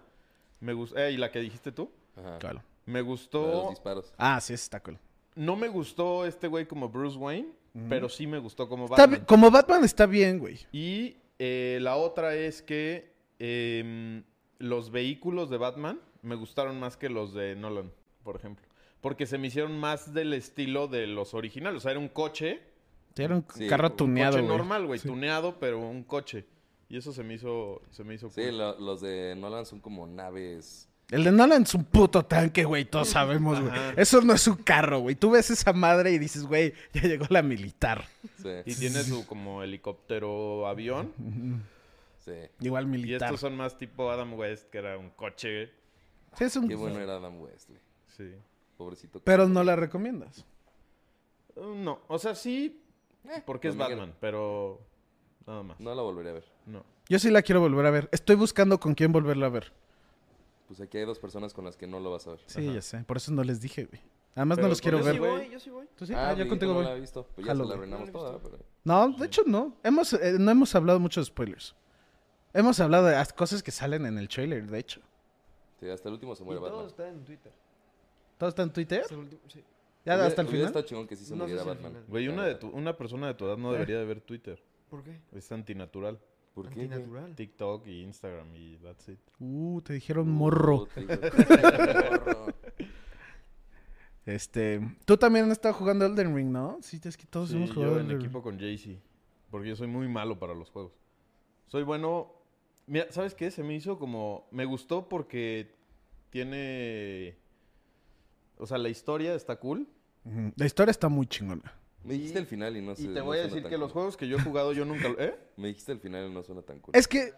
me gustó. y la que dijiste tú.
ajá,
Claro.
Me
la de
gustó.
los disparos.
Ah, sí, ese está cool.
No me gustó este güey como Bruce Wayne, pero sí me gustó como
Está
Batman.
bi- como Batman está bien, güey.
Y eh, la otra es que em, los vehículos de Batman me gustaron más que los de Nolan, por ejemplo. Porque se me hicieron más del estilo de los originales. O sea, era un coche.
Era un
Sí,
carro
un
Un
tuneado,
coche
güey.
normal, güey. Tuneado, pero un coche. Y eso se me hizo, se me hizo
Sí,
cool.
lo- los de Nolan son como naves.
El de Nolan es un puto tanque, güey, todos sabemos, güey. Eso no es un carro, güey. Tú ves esa madre y dices, güey, ya llegó la militar.
Sí,
Y tiene su como helicóptero avión.
sí.
Igual
Y
militar.
estos son más tipo Adam West, que era un coche.
Sí, es un-
Qué bueno era Adam West, güey.
Sí.
Pobrecito. que
Pero
se
no
murió.
la recomiendas.
Uh, No, o sea, sí, porque es
También
Batman, pero nada más.
Eh, pues No la volveré a ver.
No.
Yo sí la quiero volver a ver. Estoy buscando con quién volverla a ver.
Pues aquí hay dos personas con las que no lo vas a ver.
Sí,
Ajá.
ya sé. Por eso no les dije, güey. Además no
Pero
los quiero
con
Yo sí
ver.
güey.
voy, yo sí voy.
¿Tú sí? Ah, yo
Miguelito
contigo
no
voy.
la he visto. Pues ya
Jalo,
se la
güey.
arruinamos
No la he
toda.
visto.
pero-
No, de hecho no. Hemos, eh, no hemos hablado mucho de spoilers. Hemos hablado de las cosas que salen en el trailer, de hecho.
Sí, hasta el último se
Y
muere
todo
Batman.
está en Twitter.
¿Todo está en Twitter?
Es el último- sí.
¿Ya
Hubiera-
hasta el
hubiera
final?
estado chingón que sí se
No sé
muriera
si al
Batman.
final.
Güey, una, de tu- una persona de tu edad no
Eh.
debería de ver Twitter.
¿Por qué?
Es antinatural.
¿Por qué? güey?
Antinatural.
TikTok y Instagram y that's it.
Uh, te dijeron morro.
Puta, güey. Morro.
Este, tú también has estado jugando Elden Ring, ¿no? Sí, es que todos
Sí,
hemos jugado
yo en
Elden Ring.
equipo con Jaycee. Porque yo soy muy malo para los juegos. Soy bueno. Mira, ¿sabes qué? Se me hizo como. Me gustó porque tiene. O sea, la historia está cool.
Ujú. La historia está muy chingona.
Me dijiste el final y no sé.
y te voy a decir que los juegos que yo he jugado yo nunca. lo- ¿Eh?
Me dijiste el final y no suena tan cool.
Es que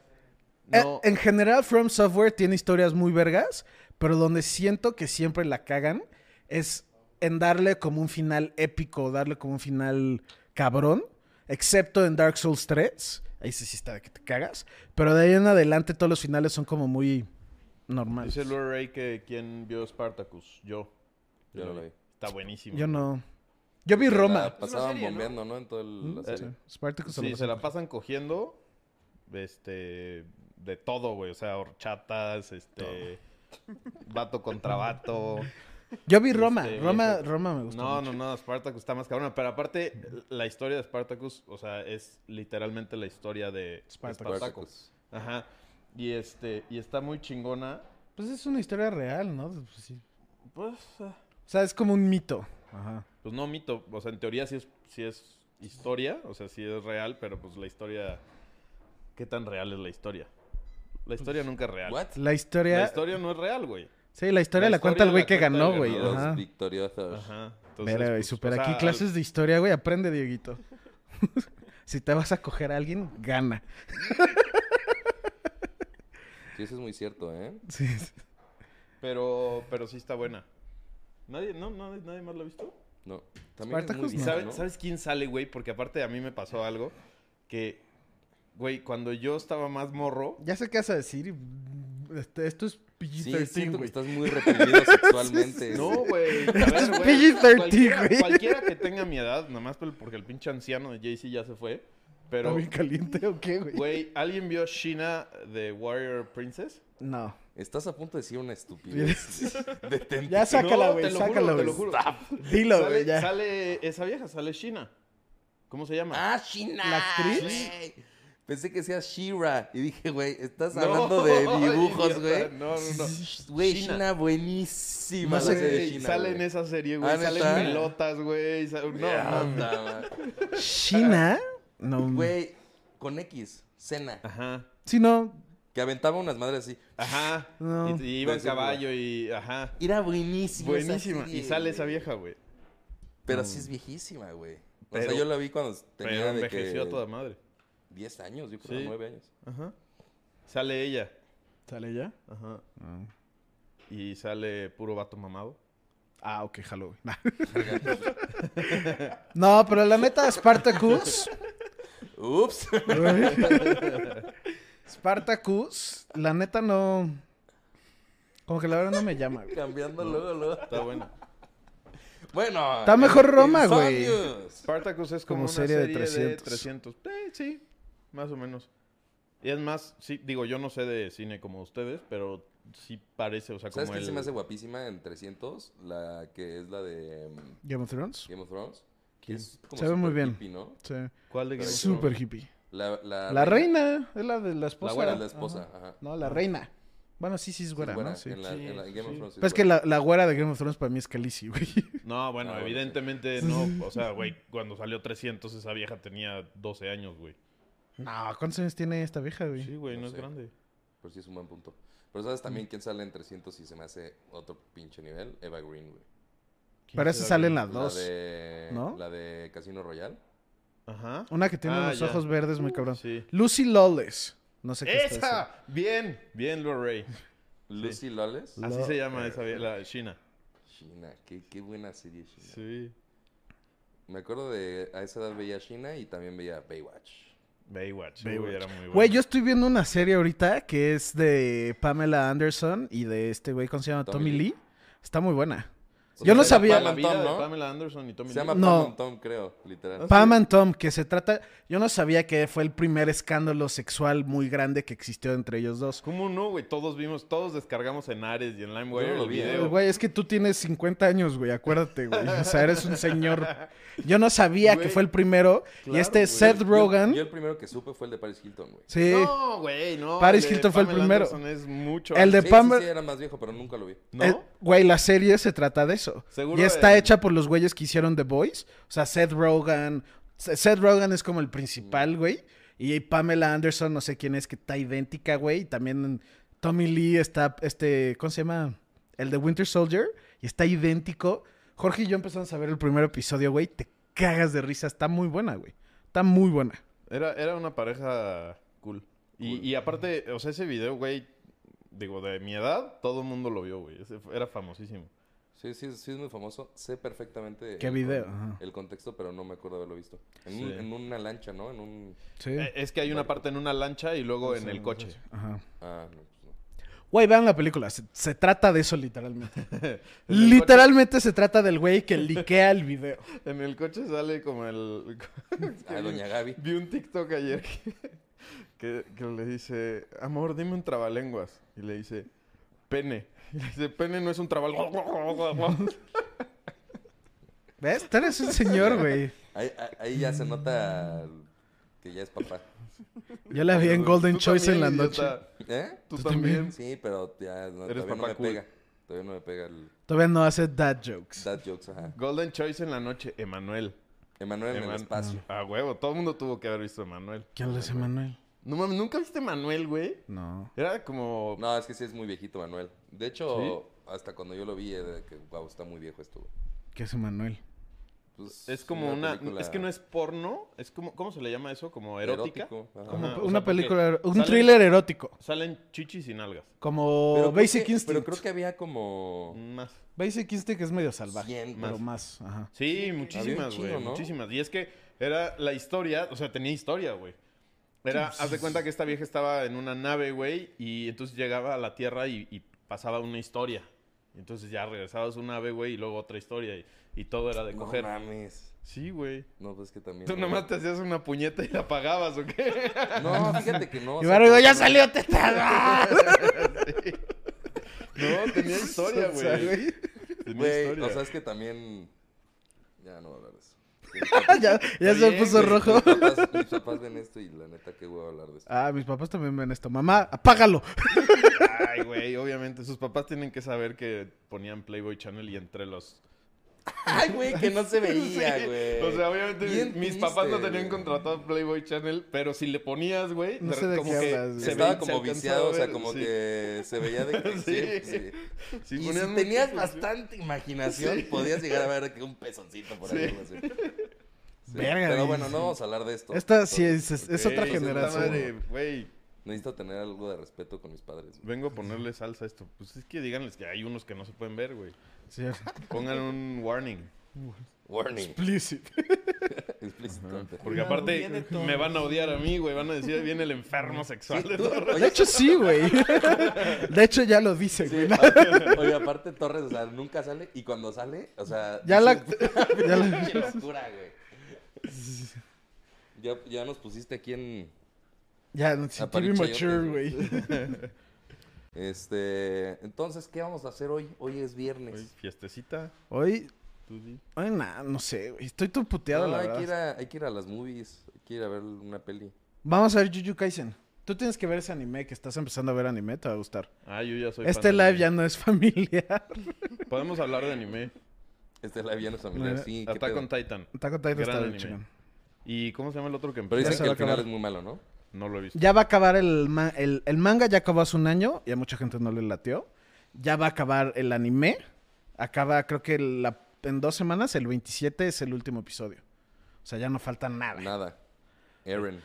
eh,
No.
en general From Software tiene historias muy vergas, pero donde siento que siempre la cagan es en darle como un final épico, darle como un final cabrón, excepto en Dark Souls 3. Ahí sí, sí está de que te cagas. Pero de ahí en adelante todos los finales son como muy normales.
Dice Lure Ray que quien vio Spartacus. Yo.
Yo no la vi.
Está buenísimo.
Yo no. Yo vi Roma.
La pasaban
serie, ¿no?
bombeando, ¿no? En toda el- la
Mm,
serie.
sí. Spartacus a
eh, Sí,
lo
se la
mejor.
pasan cogiendo. Este. De todo, güey. O sea, horchatas, este. Vato contra vato.
Yo vi Roma.
Este,
Roma,
viejo.
Roma me gustó.
No,
mucho.
no, no, Spartacus está más cabrona. Pero aparte, la historia de Spartacus, o sea, es literalmente la historia de
Spartacus.
Spartacus. Ajá. Y este, y está muy chingona.
Pues es una historia real, ¿no? Pues sí.
Pues, ah,
O sea, es como un mito. Ajá.
pues no mito. O sea, en teoría sí es, sí es historia, o sea, sí es real, pero pues la historia. ¿Qué tan real es la historia? La historia
Pues,
nunca es real.
¿What?
La historia.
La historia no es real, güey.
Sí, la historia
La
la, cuenta el
historia
güey
la
que
cuenta
ganó,
el
güey.
ganador.
Ajá.
Los victoriosos.
Ajá. Entonces,
Mira, güey,
pues,
super
o sea,
aquí clases de historia, güey. Aprende, Dieguito. si te vas a coger a alguien, gana.
Sí, eso es muy cierto, ¿eh?
Sí. sí.
Pero, pero sí está buena. Nadie, no, no, nadie más lo ha visto.
No. También es muy
Spartacus,
¿Y
no.
bizarro,
sabe-
¿no?
sabes quién sale, güey? Porque aparte a mí me pasó algo que, güey, cuando yo estaba más morro,
Ya sé qué vas a decir. y, mm, este, esto es
Sí,
PG-13,
siento que
güey.
estás muy reprimido sexualmente.
No, güey. a ver,
es
güey,
PG-13,
cualquiera-
güey.
Cualquiera que tenga mi edad, nomás por- porque el pinche anciano de Jay-Z ya se fue.
¿Está
Pero,
bien caliente o qué, güey?
güey, ¿alguien vio Sheena de Warrior Princess?
No.
Estás a punto de decir una estupidez. Detente.
Ya sácala,
No,
güey.
te lo juro,
sácala,
te
güey.
lo juro.
Dilo,
sale,
güey, ya.
sale esa vieja, sale Sheena. ¿Cómo se llama?
¡Ah, Shina!
¿La actriz?
Pensé que sea Shira. Y dije, güey, estás
No,
hablando de
idiota,
dibujos, güey.
No, no, no.
Güey,
Sheena.
Shina, buenísima.
No
la
sé,
serie de
güey,
Sheena,
sale
güey.
en esa serie, güey.
Ah,
Salen
¿neta?
pelotas, güey. sa- No,
Ah,
no.
anda, güey.
China. No.
Güey, con X, cena.
Ajá.
Sí, no.
Que aventaba unas madres así.
Ajá.
No.
Y, y iba en
Ese, güey.
caballo y. Ajá.
Era buenísima. esa
Buenísima.
serie,
Y sale
güey.
esa vieja, güey.
Pero sí es viejísima, güey. O sea,
Pero-
yo la vi cuando tenía
Pero
de
envejeció
que
a toda madre.
10 años, yo creo,
Sí.
9 años.
Ajá. Sale ella.
¿Sale ya?
Ajá. Y sale puro vato mamado.
Ah, ok, jalo, güey. Nah. no, pero la neta, Spartacus.
Ups.
Spartacus, la neta no. Como que la verdad no me llama, güey.
Cambiando luego, luego.
Está bueno.
Bueno.
Está mejor
eh,
Roma, güey.
Insomnius.
Spartacus es
Como
como, una
serie
serie,
de
de
300.
300. Eh, sí, más o menos. Y es más, sí, digo, yo no sé de cine como ustedes, pero sí parece, o sea, como
¿Sabes quién
el-
se me hace guapísima en 300? La que es la de mm,
Game of Thrones.
Game of Thrones. Que
¿Quién?
es como
Se ve muy
super
bien.
hippie, ¿no?
Sí.
¿Cuál de Game of
Súper
Thrones?
hippie.
La, la,
La reina es la de la
La
esposa.
güera es la esposa.
Ajá.
Ajá.
No, la reina. Bueno, sí, sí es
Sí,
güera,
güera,
¿no? Sí.
En, la, en la- en Game of Thrones. sí
Pero es que
güera.
la, la güera de Game of Thrones para mí es Khaleesi, güey.
No, bueno,
Ah, bueno,
evidentemente no. O sea, güey, cuando salió 300 esa vieja tenía 12 años, güey.
No, ¿cuántos años tiene esta vieja, güey?
Sí, güey,
no
no, es
sé.
grande.
Pero sí es un buen punto. Pero sabes también
Mm.
quién sale en 300 y se me hace otro pinche nivel? Eva Green, güey.
Pero esa sale en las
La
dos.
de,
¿no?
la de Casino Royale.
Ajá.
Una que tiene
Ah,
unos
ya.
ojos verdes muy cabrón.
Sí.
Lucy Lawless. No sé qué es esa.
¡Esa! Bien, bien, Lorray.
Lucy Lawless.
La-
Así
Lo-
se llama esa vieja, la China.
China, qué, qué buena serie China.
Sí.
Me acuerdo de a esa edad veía China y también veía Baywatch.
Baywatch.
Baywatch.
Uy, era muy bueno.
Güey, yo estoy viendo una serie ahorita que es de Pamela Anderson y de este güey, ¿cómo se llama? Tommy
Tommy
Lee.
Lee.
Está muy buena.
Pues
O sea,
Yo no
se llama
sabía-
Pam
La
and
vida
Tom,
de
¿no?
Pamela Anderson y Tommy
Se
Lee.
llama
No. Ah,
Pam and Tom, creo, literal.
Pam and Tom, que se trata... Yo no sabía que fue el primer escándalo sexual muy grande que existió entre ellos dos.
¿Cómo no, güey? Todos vimos, todos descargamos en Ares y en LimeWire
Yo no lo
el
vi, eh.
video.
Güey, es que tú tienes 50 años, güey, acuérdate, güey. O sea, eres un señor. Yo no sabía que
Güey,
fue el primero. y
claro,
este
güey.
Seth
Yo-
Rogen.
Yo el primero que supe fue el de Paris Hilton, güey.
sí.
No, güey, no.
Paris
el de
Hilton fue el
Pamela
primero.
Anderson es mucho.
El de
Sí, sí,
Pamela-
sí, era más viejo, pero nunca lo vi.
¿No?
Eh, Güey, la serie se trata de eso.
Seguro
y está
el-
hecha por los güeyes que hicieron The Boys. O sea, Seth Rogen. S- Seth Rogen es como el
Mm.
principal, güey. Y Pamela Anderson, no sé quién es, que está idéntica, güey. Y también Tommy Lee está, este, ¿cómo se llama? El de Winter Soldier. Y está idéntico. Jorge y yo empezamos a ver el primer episodio, güey. Te cagas de risa. Está muy buena, güey. Está muy buena.
Era, era una pareja cool. Y,
Cool.
y aparte, o sea, ese video, güey, digo, de mi edad, todo el mundo lo vio, güey. Ese fue- Era famosísimo.
Sí, sí, sí es muy famoso. Sé perfectamente
¿Qué
el
video?
con-
Ajá.
el contexto, pero no me acuerdo haberlo visto. En,
Sí.
un- en una lancha, ¿no? En un...
Sí.
Eh, Es que hay una parte en una lancha y luego en el coche.
Ajá.
Ah, no, pues no.
Güey, vean la película. Se, se trata de eso literalmente.
En el
literalmente se trata del güey que liquea el video.
coche- en el coche sale como el... es que
Ah, Doña Gaby.
Vi un TikTok ayer que, que- que le dice, amor, dime un trabalenguas. Y le dice, pene. Y le dice, pene no es un trabalenguas.
¿Ves? Tú eres un señor, güey.
Ahí, ahí- ahí ya se nota que ya es papá.
Yo la vi en Golden Choice en la noche.
¿Eh?
Tú, también.
Sí, pero ya no, todavía
Eres
no
papá
me
cool.
pega. Todavía no me pega el
Todavía no hace dad jokes.
dad jokes, ajá.
Golden Choice en la noche, Emanuel.
Emanuel en el
Eman- Ah,
espacio.
A huevo, todo el mundo tuvo que haber visto a Emanuel.
¿Quién lo hace Manuel?
No mames, ¿nunca viste a Emanuel, güey?
No.
Era como...
No, es que sí es muy viejito Manuel. De hecho, hasta cuando yo lo vi, era de que, wow, está muy viejo esto.
¿Qué hace Manuel?
Pues,
Es como una...
película
Es que no es porno, es como... ¿Cómo se le llama eso? ¿Como erótica?
erótico, ajá.
Como- Ah, o
una
sea, porque
película, un
sale-
thriller erótico.
Salen chichis y nalgas.
Como
Pero creo
Basic
que-
Instinct.
Pero creo que había como...
Más.
Basic Instinct es medio salvaje.
100
pero
más.
más. Ajá.
Sí,
había un
muchísimas,
chingo,
güey.
¿no?
Muchísimas. Y es que era la historia, o sea, tenía historia, güey. Era, haz de cuenta que esta vieja estaba en una nave, güey, y entonces llegaba a la Tierra y, y pasaba una historia. Y entonces ya regresaba a su nave, güey, y luego otra historia. Y, y todo era de
No
coger.
mames.
Sí, güey.
No, pues que también...
Tú nomás te hacías una puñeta y la apagabas, ¿o qué?
No, fíjate que no. o
Y
sea,
ahora digo,
como-
ya salió teta.
No, tenía historia,
O sea,
güey. Tenía
Güey,
historia.
o sea, es que también... Ya no voy a hablar de eso.
ya ya se
bien,
puso
güey.
rojo.
Mis papás, mis papás ven esto y la neta, qué huevo hablar de esto.
Ah, mis papás también ven esto. Mamá, apágalo.
Ay, güey, obviamente. Sus papás tienen que saber que ponían Playboy Channel y entre los
Ay, güey, que no se
Sí, O sea, obviamente
Bien
mis
triste,
papás no
güey.
tenían contratado Playboy Channel, pero si le ponías, güey,
No sé de qué
que
hablas, güey.
se
Estaba
ve- se
como
alcanzaba
viciado,
a
o sea,
ver,
como
sí.
que se veía de que
Sí.
sí, sí.
Sí,
y
ponían
si
mucho-
tenías bastante imaginación, podías llegar a ver que un pezoncito por ahí.
Sí.
algo así. Sí,
Verga,
Pero
güey,
bueno,
sí.
no vamos a hablar de esto.
Esta sí
Todo.
es, es- es
Ok,
otra
puta
generación.
madre, güey.
Necesito tener algo de respeto con mis padres. güey.
Vengo a ponerle salsa a esto. Pues es que díganles que hay unos que no se pueden ver, güey.
Sí.
Pongan un warning.
Warning.
Explícit.
Explicit content.
Porque aparte me van a odiar a mí, güey. Van a decir, viene el enfermo sexual de Torres.
De hecho, sí, güey. De hecho, ya lo dice,
Sí,
güey.
aparte- oye, aparte Torres, o sea, nunca sale y cuando sale, o sea,
Ya
es
la-
una
ya la-
pinche locura, güey. Ya, ya nos pusiste aquí en
Ya, no, sí, TV Mature,
Aparichayotes,
güey.
este, entonces, ¿qué vamos a hacer hoy? Hoy es viernes.
Güey, Fiestecita,
Hoy,
tú di.
hoy nada, no sé, güey. Estoy todo puteado,
No,
la
hay,
verdad.
que ir a, hay que ir a las movies, hay que ir a ver una peli.
Vamos a ver Juju Kaisen. Tú tienes que ver ese anime que estás empezando a ver anime, te va a gustar.
Ah, yo ya soy
este
fan de
live
anime.
ya no es familiar.
Podemos hablar de anime.
Este live ya no es familiar,
Mira,
sí. ¿qué
Hasta
pedo?
con Titan.
Attack on Titan
Gran
está bien
anime.
chingón.
¿Y cómo se llama el otro que
Pero
empezó?
Ya se
dicen que
va
el
a
final
acabar.
es muy malo, ¿no?
No lo he visto.
Ya va a acabar el, ma- el, el manga, ya acabó hace un año y a mucha gente no le latió. Ya va a acabar el anime. Acaba, creo que la- en dos semanas, el 27 es el último episodio. O sea, ya no falta nada.
Nada. Aaron.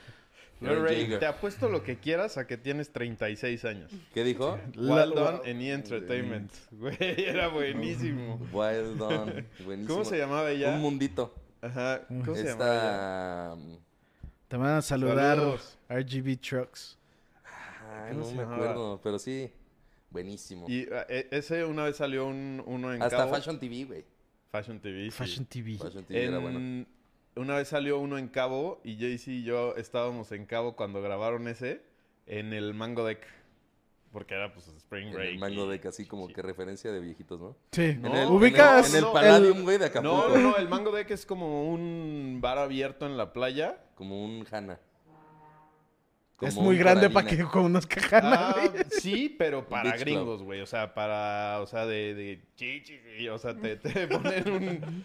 No,
Aaron
Ray,
Jaeger.
te apuesto lo que quieras a que tienes 36 años.
¿Qué dijo?
Well done en E! Entertainment. Güey, era buenísimo.
Wild Dawn. Buenísimo.
¿Cómo se llamaba ella?
Un mundito. mm,
Ajá, ¿cómo se llamaba?
Esta.
Te van a saludar
Saludos.
RGB Trucks.
Ay,
¿Cómo
no
se
me
llamaba?
acuerdo, pero sí. Buenísimo.
Y ah, e- ese una vez salió un, uno en
Hasta
Cabo.
Fashion TV, güey.
Fashion TV. sí.
Fashion TV.
Fashion TV era
En-
bueno.
Una vez salió uno en Cabo y Jaycee y yo estábamos en Cabo cuando grabaron ese en el Mango Deck. Porque era pues Spring
En
Break.
el mango
y-
de casi como
sí.
que referencia de viejitos, ¿no?
Sí.
No,
en el,
¿Ubicas?
En el, en el
no,
Palladium,
el-
güey, de Acapulco.
No, no, no, el Mango Deck es como un bar abierto en la playa.
Como un Hanna.
es
Como
muy
un
grande para que
Coralina.
conozca a Hannah,
Ah,
güey.
sí, pero para
Beach Club.
gringos, güey. O sea, para. O sea, de. de chichi, y, o sea, te, te ponen un.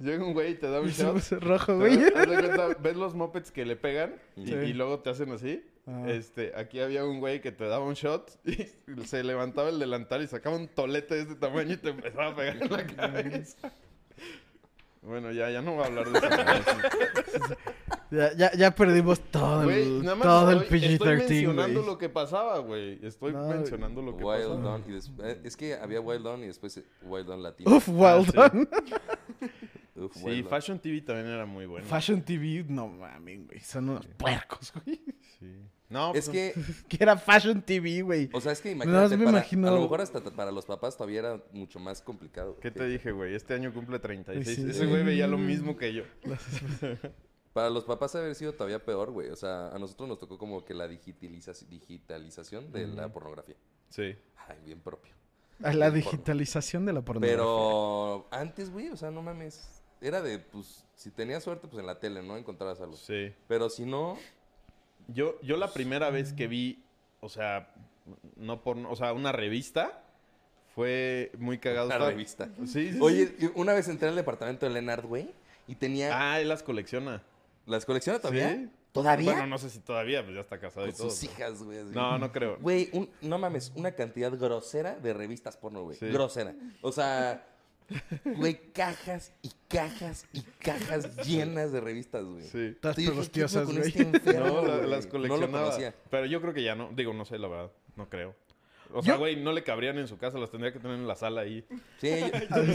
Llega un güey y te da un
Y se
shot.
puso rojo, pues, güey.
¿Sabes? Haz de cuenta, ¿Ves los mopeds que le pegan? Y,
Sí.
y luego te hacen así.
Ajá.
Este, aquí había un güey que te daba un shot y se levantaba el delantal y sacaba un tolete de este tamaño y te empezaba a pegar en la cabeza. Bueno, ya, ya no voy a hablar de eso.
Ya, ya, ya perdimos todo
Güey,
el,
nada más
todo el
estoy, estoy
PG-13,
mencionando
güey.
lo que pasaba, güey. Estoy
No,
mencionando lo que
Wild
pasaba.
Dawn. Y des- eh, es que había Wild Dawn y después eh, Wild Dawn Latino.
Uf, well
Ah, sí.
done.
Uf,
Sí,
Wild Dawn.
Fashion TV también era muy bueno.
Fashion TV, no mames, güey. Son unos puercos, güey.
Sí. No,
Es
pues,
que,
Que era Fashion TV, güey.
o sea, es que
Nada más
imagínate,
me
para-
imagino-
a lo mejor hasta t- para los papás todavía era mucho más complicado.
¿Qué
güey.
te dije, güey? Este año cumple 36.
Sí.
Ese güey veía lo mismo que yo.
Para los papás haber sido todavía peor, güey. O sea, a nosotros nos tocó como que la digitaliza- digitalización de la pornografía.
Sí.
Ay, bien propio.
A la
Porno.
digitalización de la pornografía.
Pero antes, güey, o sea, no mames. Era de, pues, si tenías suerte, pues en la tele, ¿no? Encontrabas algo.
Sí.
Pero si no,
Yo, yo la primera vez que vi, o sea, no por, o sea, una revista fue muy cagado.
la
Estaba-
revista.
Sí, sí, sí.
Oye, y una vez entré al departamento de Lennart, güey, y tenía...
Ah, él las colecciona.
¿Las colecciona todavía?
¿Sí?
¿Todavía?
Bueno, no sé si todavía, pues ya está casado
Con
y todo.
sus
pero-
hijas, güey. así.
No, no creo.
Güey, un- no mames, una cantidad grosera de revistas porno, güey.
Sí.
Grosera. O sea, güey, cajas y cajas y cajas llenas de revistas, güey.
Sí.
Todas
Sí, yo dije, ¿qué
pegostiosas,
pedo con
güey.
este enfermo,
No, la-
güey?
las
No lo
coleccionaba.
conocía.
pero yo creo que ya no. Digo, no sé, la verdad. No creo. O sea,
Yo-
güey, no le cabrían en su casa, las tendría que tener en la sala ahí.
Sí,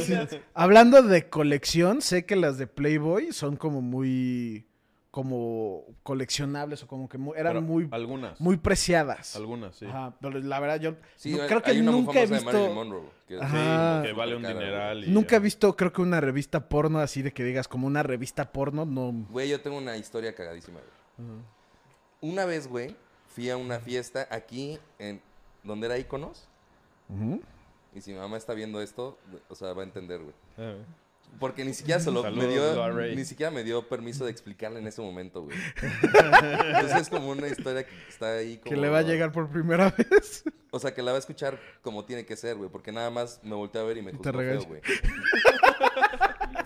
yo-
Hablando de colección, sé que las de Playboy son como muy como coleccionables o como que mu- eran
Pero
muy,
Algunas.
muy preciadas.
Algunas, sí.
Ajá, pero la verdad yo
sí,
no-
hay-
creo que
hay una muy
nunca he
famosa de Marilyn
visto
Monroe, que-
Sí,
Ajá.
que vale un
Cara, güey.
dineral. y-
nunca he visto creo que una revista porno así de que digas como una revista porno no
Güey, yo tengo una historia cagadísima, güey. Una vez, güey, fui a una fiesta aquí en donde era Iconos.
Ujú.
Y si mi mamá está viendo esto, o sea, va a entender, güey.
Ah.
Porque ni siquiera se lo
Saludos,
me dio,
Larry.
ni siquiera me dio permiso de explicarle en ese momento, güey. Entonces es como una historia que está ahí como...
que le va a llegar por primera vez.
O sea, que la va a escuchar como tiene que ser, güey. Porque nada más me volteó a ver y me
te
juzgó feo,
regaña.
güey.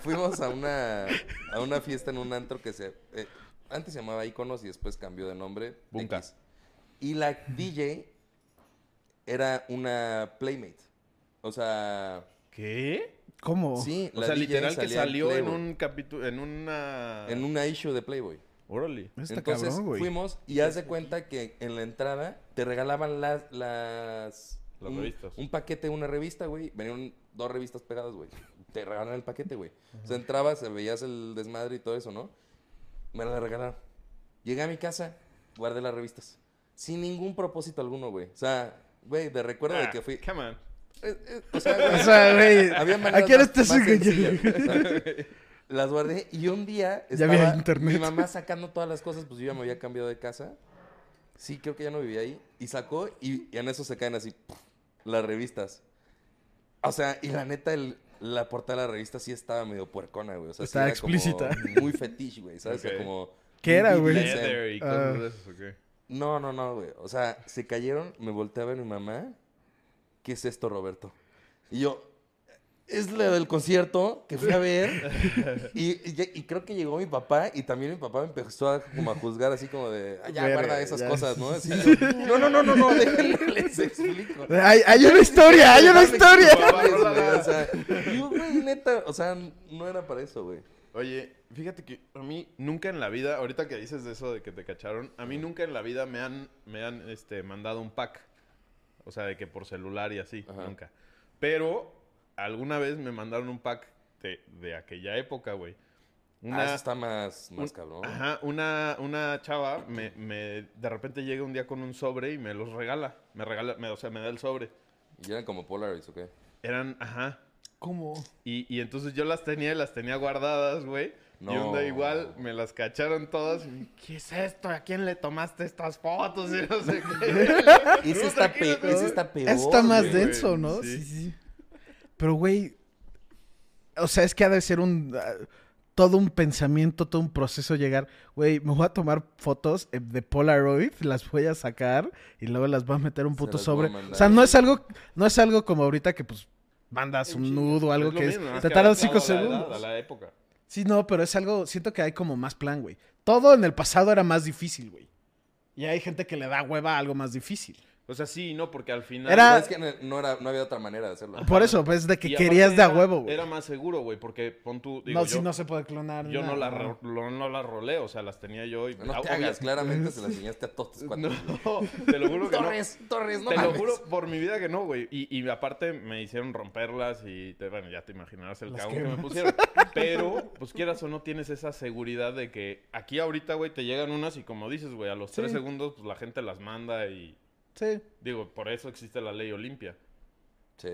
Fuimos a una, a una fiesta en un antro que se... eh, antes se llamaba Iconos y después cambió de nombre.
Bunka.
X. Y la DJ era una Playmate. O sea...
¿Qué?
¿Cómo?
Sí,
O
la
sea,
DJ
literal que
salía en
salió en
Playboy.
un capítulo, en una...
en una issue de Playboy.
Órale.
Está
Entonces
cabrón, güey.
fuimos y haz de cuenta que en la entrada te regalaban las... las
Las
un,
revistas.
Un paquete de una revista, güey. Venían dos revistas pegadas, güey. Te regalaban el paquete, güey. O sea, entrabas, veías el desmadre y todo eso, ¿no? Me la regalaron. Llegué a mi casa, guardé las revistas. Sin ningún propósito alguno, güey. O sea, güey, de recuerdo de
Ah,
que fui...
Come on.
Eh, eh, o sea,
O
güey,
sea, güey, este
había
¿a
maneras
quién
más-
estás
más
engañando?
sencillas, güey, ¿sabes? Las guardé y un día
Ya
estaba
había internet.
mi mamá sacando todas las cosas, pues yo ya me había cambiado de casa. Sí, creo que ya no vivía ahí. Y sacó y, y en eso se caen así ¡puf! las revistas. O sea, y la neta, el- la portada de la revista sí estaba medio puercona, güey. O sea, sí
Estaba
era como
explícita.
Muy fetiche, güey, ¿sabes? O sea,
Ok.
como...
¿Qué era, güey?
BDSM.
Leather
Ah.
y cosas de esas, ¿o qué?
No, no, no, güey. O sea, se cayeron, me volteé a ver mi mamá. ¿Qué es esto, Roberto? Y yo, es la del concierto que fui a ver. Y, y- y creo que llegó mi papá y también mi papá me empezó a, como a juzgar así como de, "Ah, ya
Verga,
guarda esas
ya".
cosas, ¿no? Así yo, no, no, no, no, no, déjenme, les explico.
Hay, hay una historia, hay una
Déjame
historia.
explicarles, güey, o sea, yo, güey, neta, o sea, no era para eso, güey. Ah,
Oye, fíjate que a mí nunca en la vida, ahorita que dices de eso de que te cacharon, a mí nunca en la vida me han, me han este, mandado un pack. O sea, de que por celular y así,
Ajá.
nunca. Pero alguna vez me mandaron un pack de, de aquella época, güey. Una,
Ah, eso está más, más
un-
cabrón.
Ajá, una, una chava me, me- de repente llega un día con un sobre y me los regala. Me regala, me- o sea, me da el sobre.
¿Y eran como Polaroids o qué?
Eran, ajá.
¿Cómo?
Y, y entonces yo las tenía y las tenía guardadas, güey. Y
No.
un día igual me las cacharon todas. y, ¿Qué es esto? ¿A quién le tomaste estas fotos? Y no sé qué.
Ah,
Ese está, pe- ese está peor.
Está más
güey.
de-
denso,
güey,
¿no? Sí.
sí.
sí, Pero, güey, o sea, es que ha de ser un... ah, Todo un pensamiento, todo un proceso llegar, güey, me voy a tomar fotos eh, de Polaroid, las voy a sacar y luego las voy a meter a un
Se
puto
las voy a
sobre.
mandar.
O sea, no es algo, no es algo como ahorita que pues mandas un nudo o algo
Es lo
que es-
mismo, nada más
te
que
tardan
adaptado
cinco
a la edad,
segundos.
a la época.
Sí, no, pero es algo, siento que hay como más plan, güey. Todo en el pasado era más difícil, güey. Y hay gente que le da hueva a algo más difícil.
O sea, sí, no, porque al final.
Era-
Pero Es que no- no, era, no había otra manera de hacerlo.
Ah,
Por eso, pues, de que
Y aparte
querías de a
era-
huevo, güey.
Era más seguro, güey, porque pon tú. digo,
No,
yo,
si no se puede clonar.
yo no,
nada.
la ro- lo- no la rolé, o sea, las tenía yo y.
No
Ah,
te
obvia-
hagas, claramente se las enseñaste a todos tus cuates.
No, te lo juro que no.
Torres, Torres, no
Te lo
mames.
juro por mi vida que no, güey. Y, y aparte me hicieron romperlas y, te- bueno, ya te imaginarás el
Las
cagón que me
quemas.
pusieron. Pero, pues quieras o no, tienes esa seguridad de que aquí ahorita, güey, te llegan unas y como dices, güey, a los tres
Sí.
segundos, pues la gente las manda y,
Sí.
digo, por eso existe la ley Olimpia.
Sí.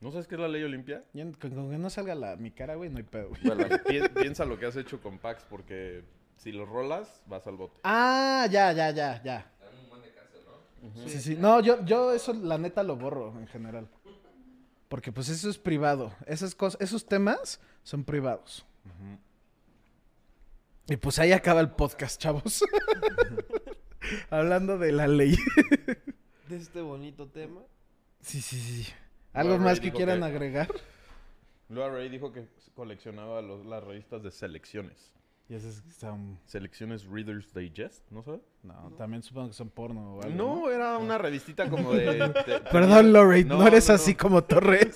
¿No sabes qué es la ley Olimpia?
Yo- con, con que no salga la, mi cara, güey, no hay pedo, güey.
Bueno,
Pi- piensa lo que has hecho con Pax, porque si los rolas, vas al bote.
Ah, ya, ya, ya, ya. Sí, sí. No, yo, yo eso, la neta, lo borro en general. Porque, pues, eso es privado. Esas cosas, esos temas son privados. Y, pues, ahí acaba el podcast, chavos. Hablando de la ley.
De este bonito tema.
Sí, sí, sí. ¿Algo
Bueno,
más
ahí
que
digo
quieran
que-
agregar?
Lua Ray dijo que coleccionaba los- las revistas de selecciones.
Y esas que son...
Selecciones Reader's Digest, ¿no sabes?
No, también supongo que son porno o algo,
No, era una revistita como de... de-
Perdón, Lorraine, no, eres
no.
así como Torres.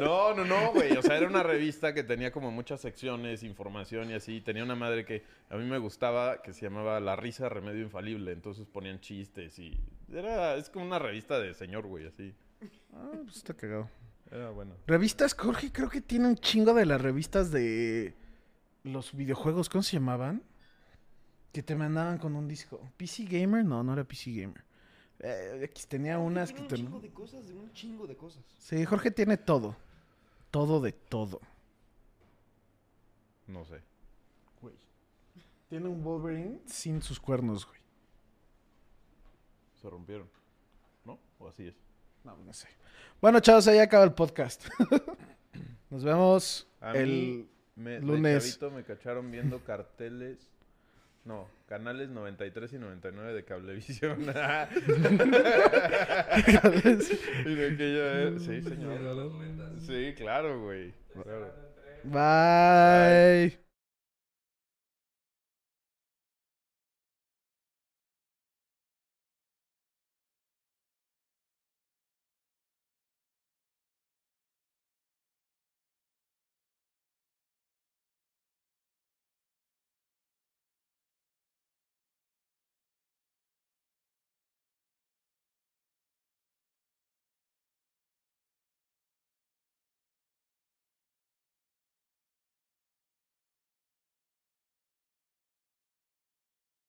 No, no, no, güey. O sea, era una revista que tenía como muchas secciones, información y así. Tenía una madre que a mí me gustaba, que se llamaba La Risa Remedio Infalible. Entonces ponían chistes y... Era... Es como una revista de señor, güey, así.
Ah, pues está cagado.
Era bueno.
Revistas, Jorge, creo que tiene un chingo de las revistas de los videojuegos, ¿cómo se llamaban? Que te mandaban con un disco. ¿PC Gamer? No, no era PC Gamer. Eh, X tenía unas que
un
te...
chingo de cosas, de un chingo de cosas.
Sí, Jorge tiene todo. Todo de todo.
No sé.
Güey. Tiene un Wolverine sin sus cuernos, güey.
Se rompieron. ¿No? O así es.
No, no sé. Bueno, chavos, ahí acaba el podcast. Nos vemos
A
el...
mí me, lunes.
lunes.
me cacharon viendo carteles. No, canales 93 y 99 de Cablevisión. y de aquella- eh, Sí, señor. Sí, claro, güey. Claro.
Bye.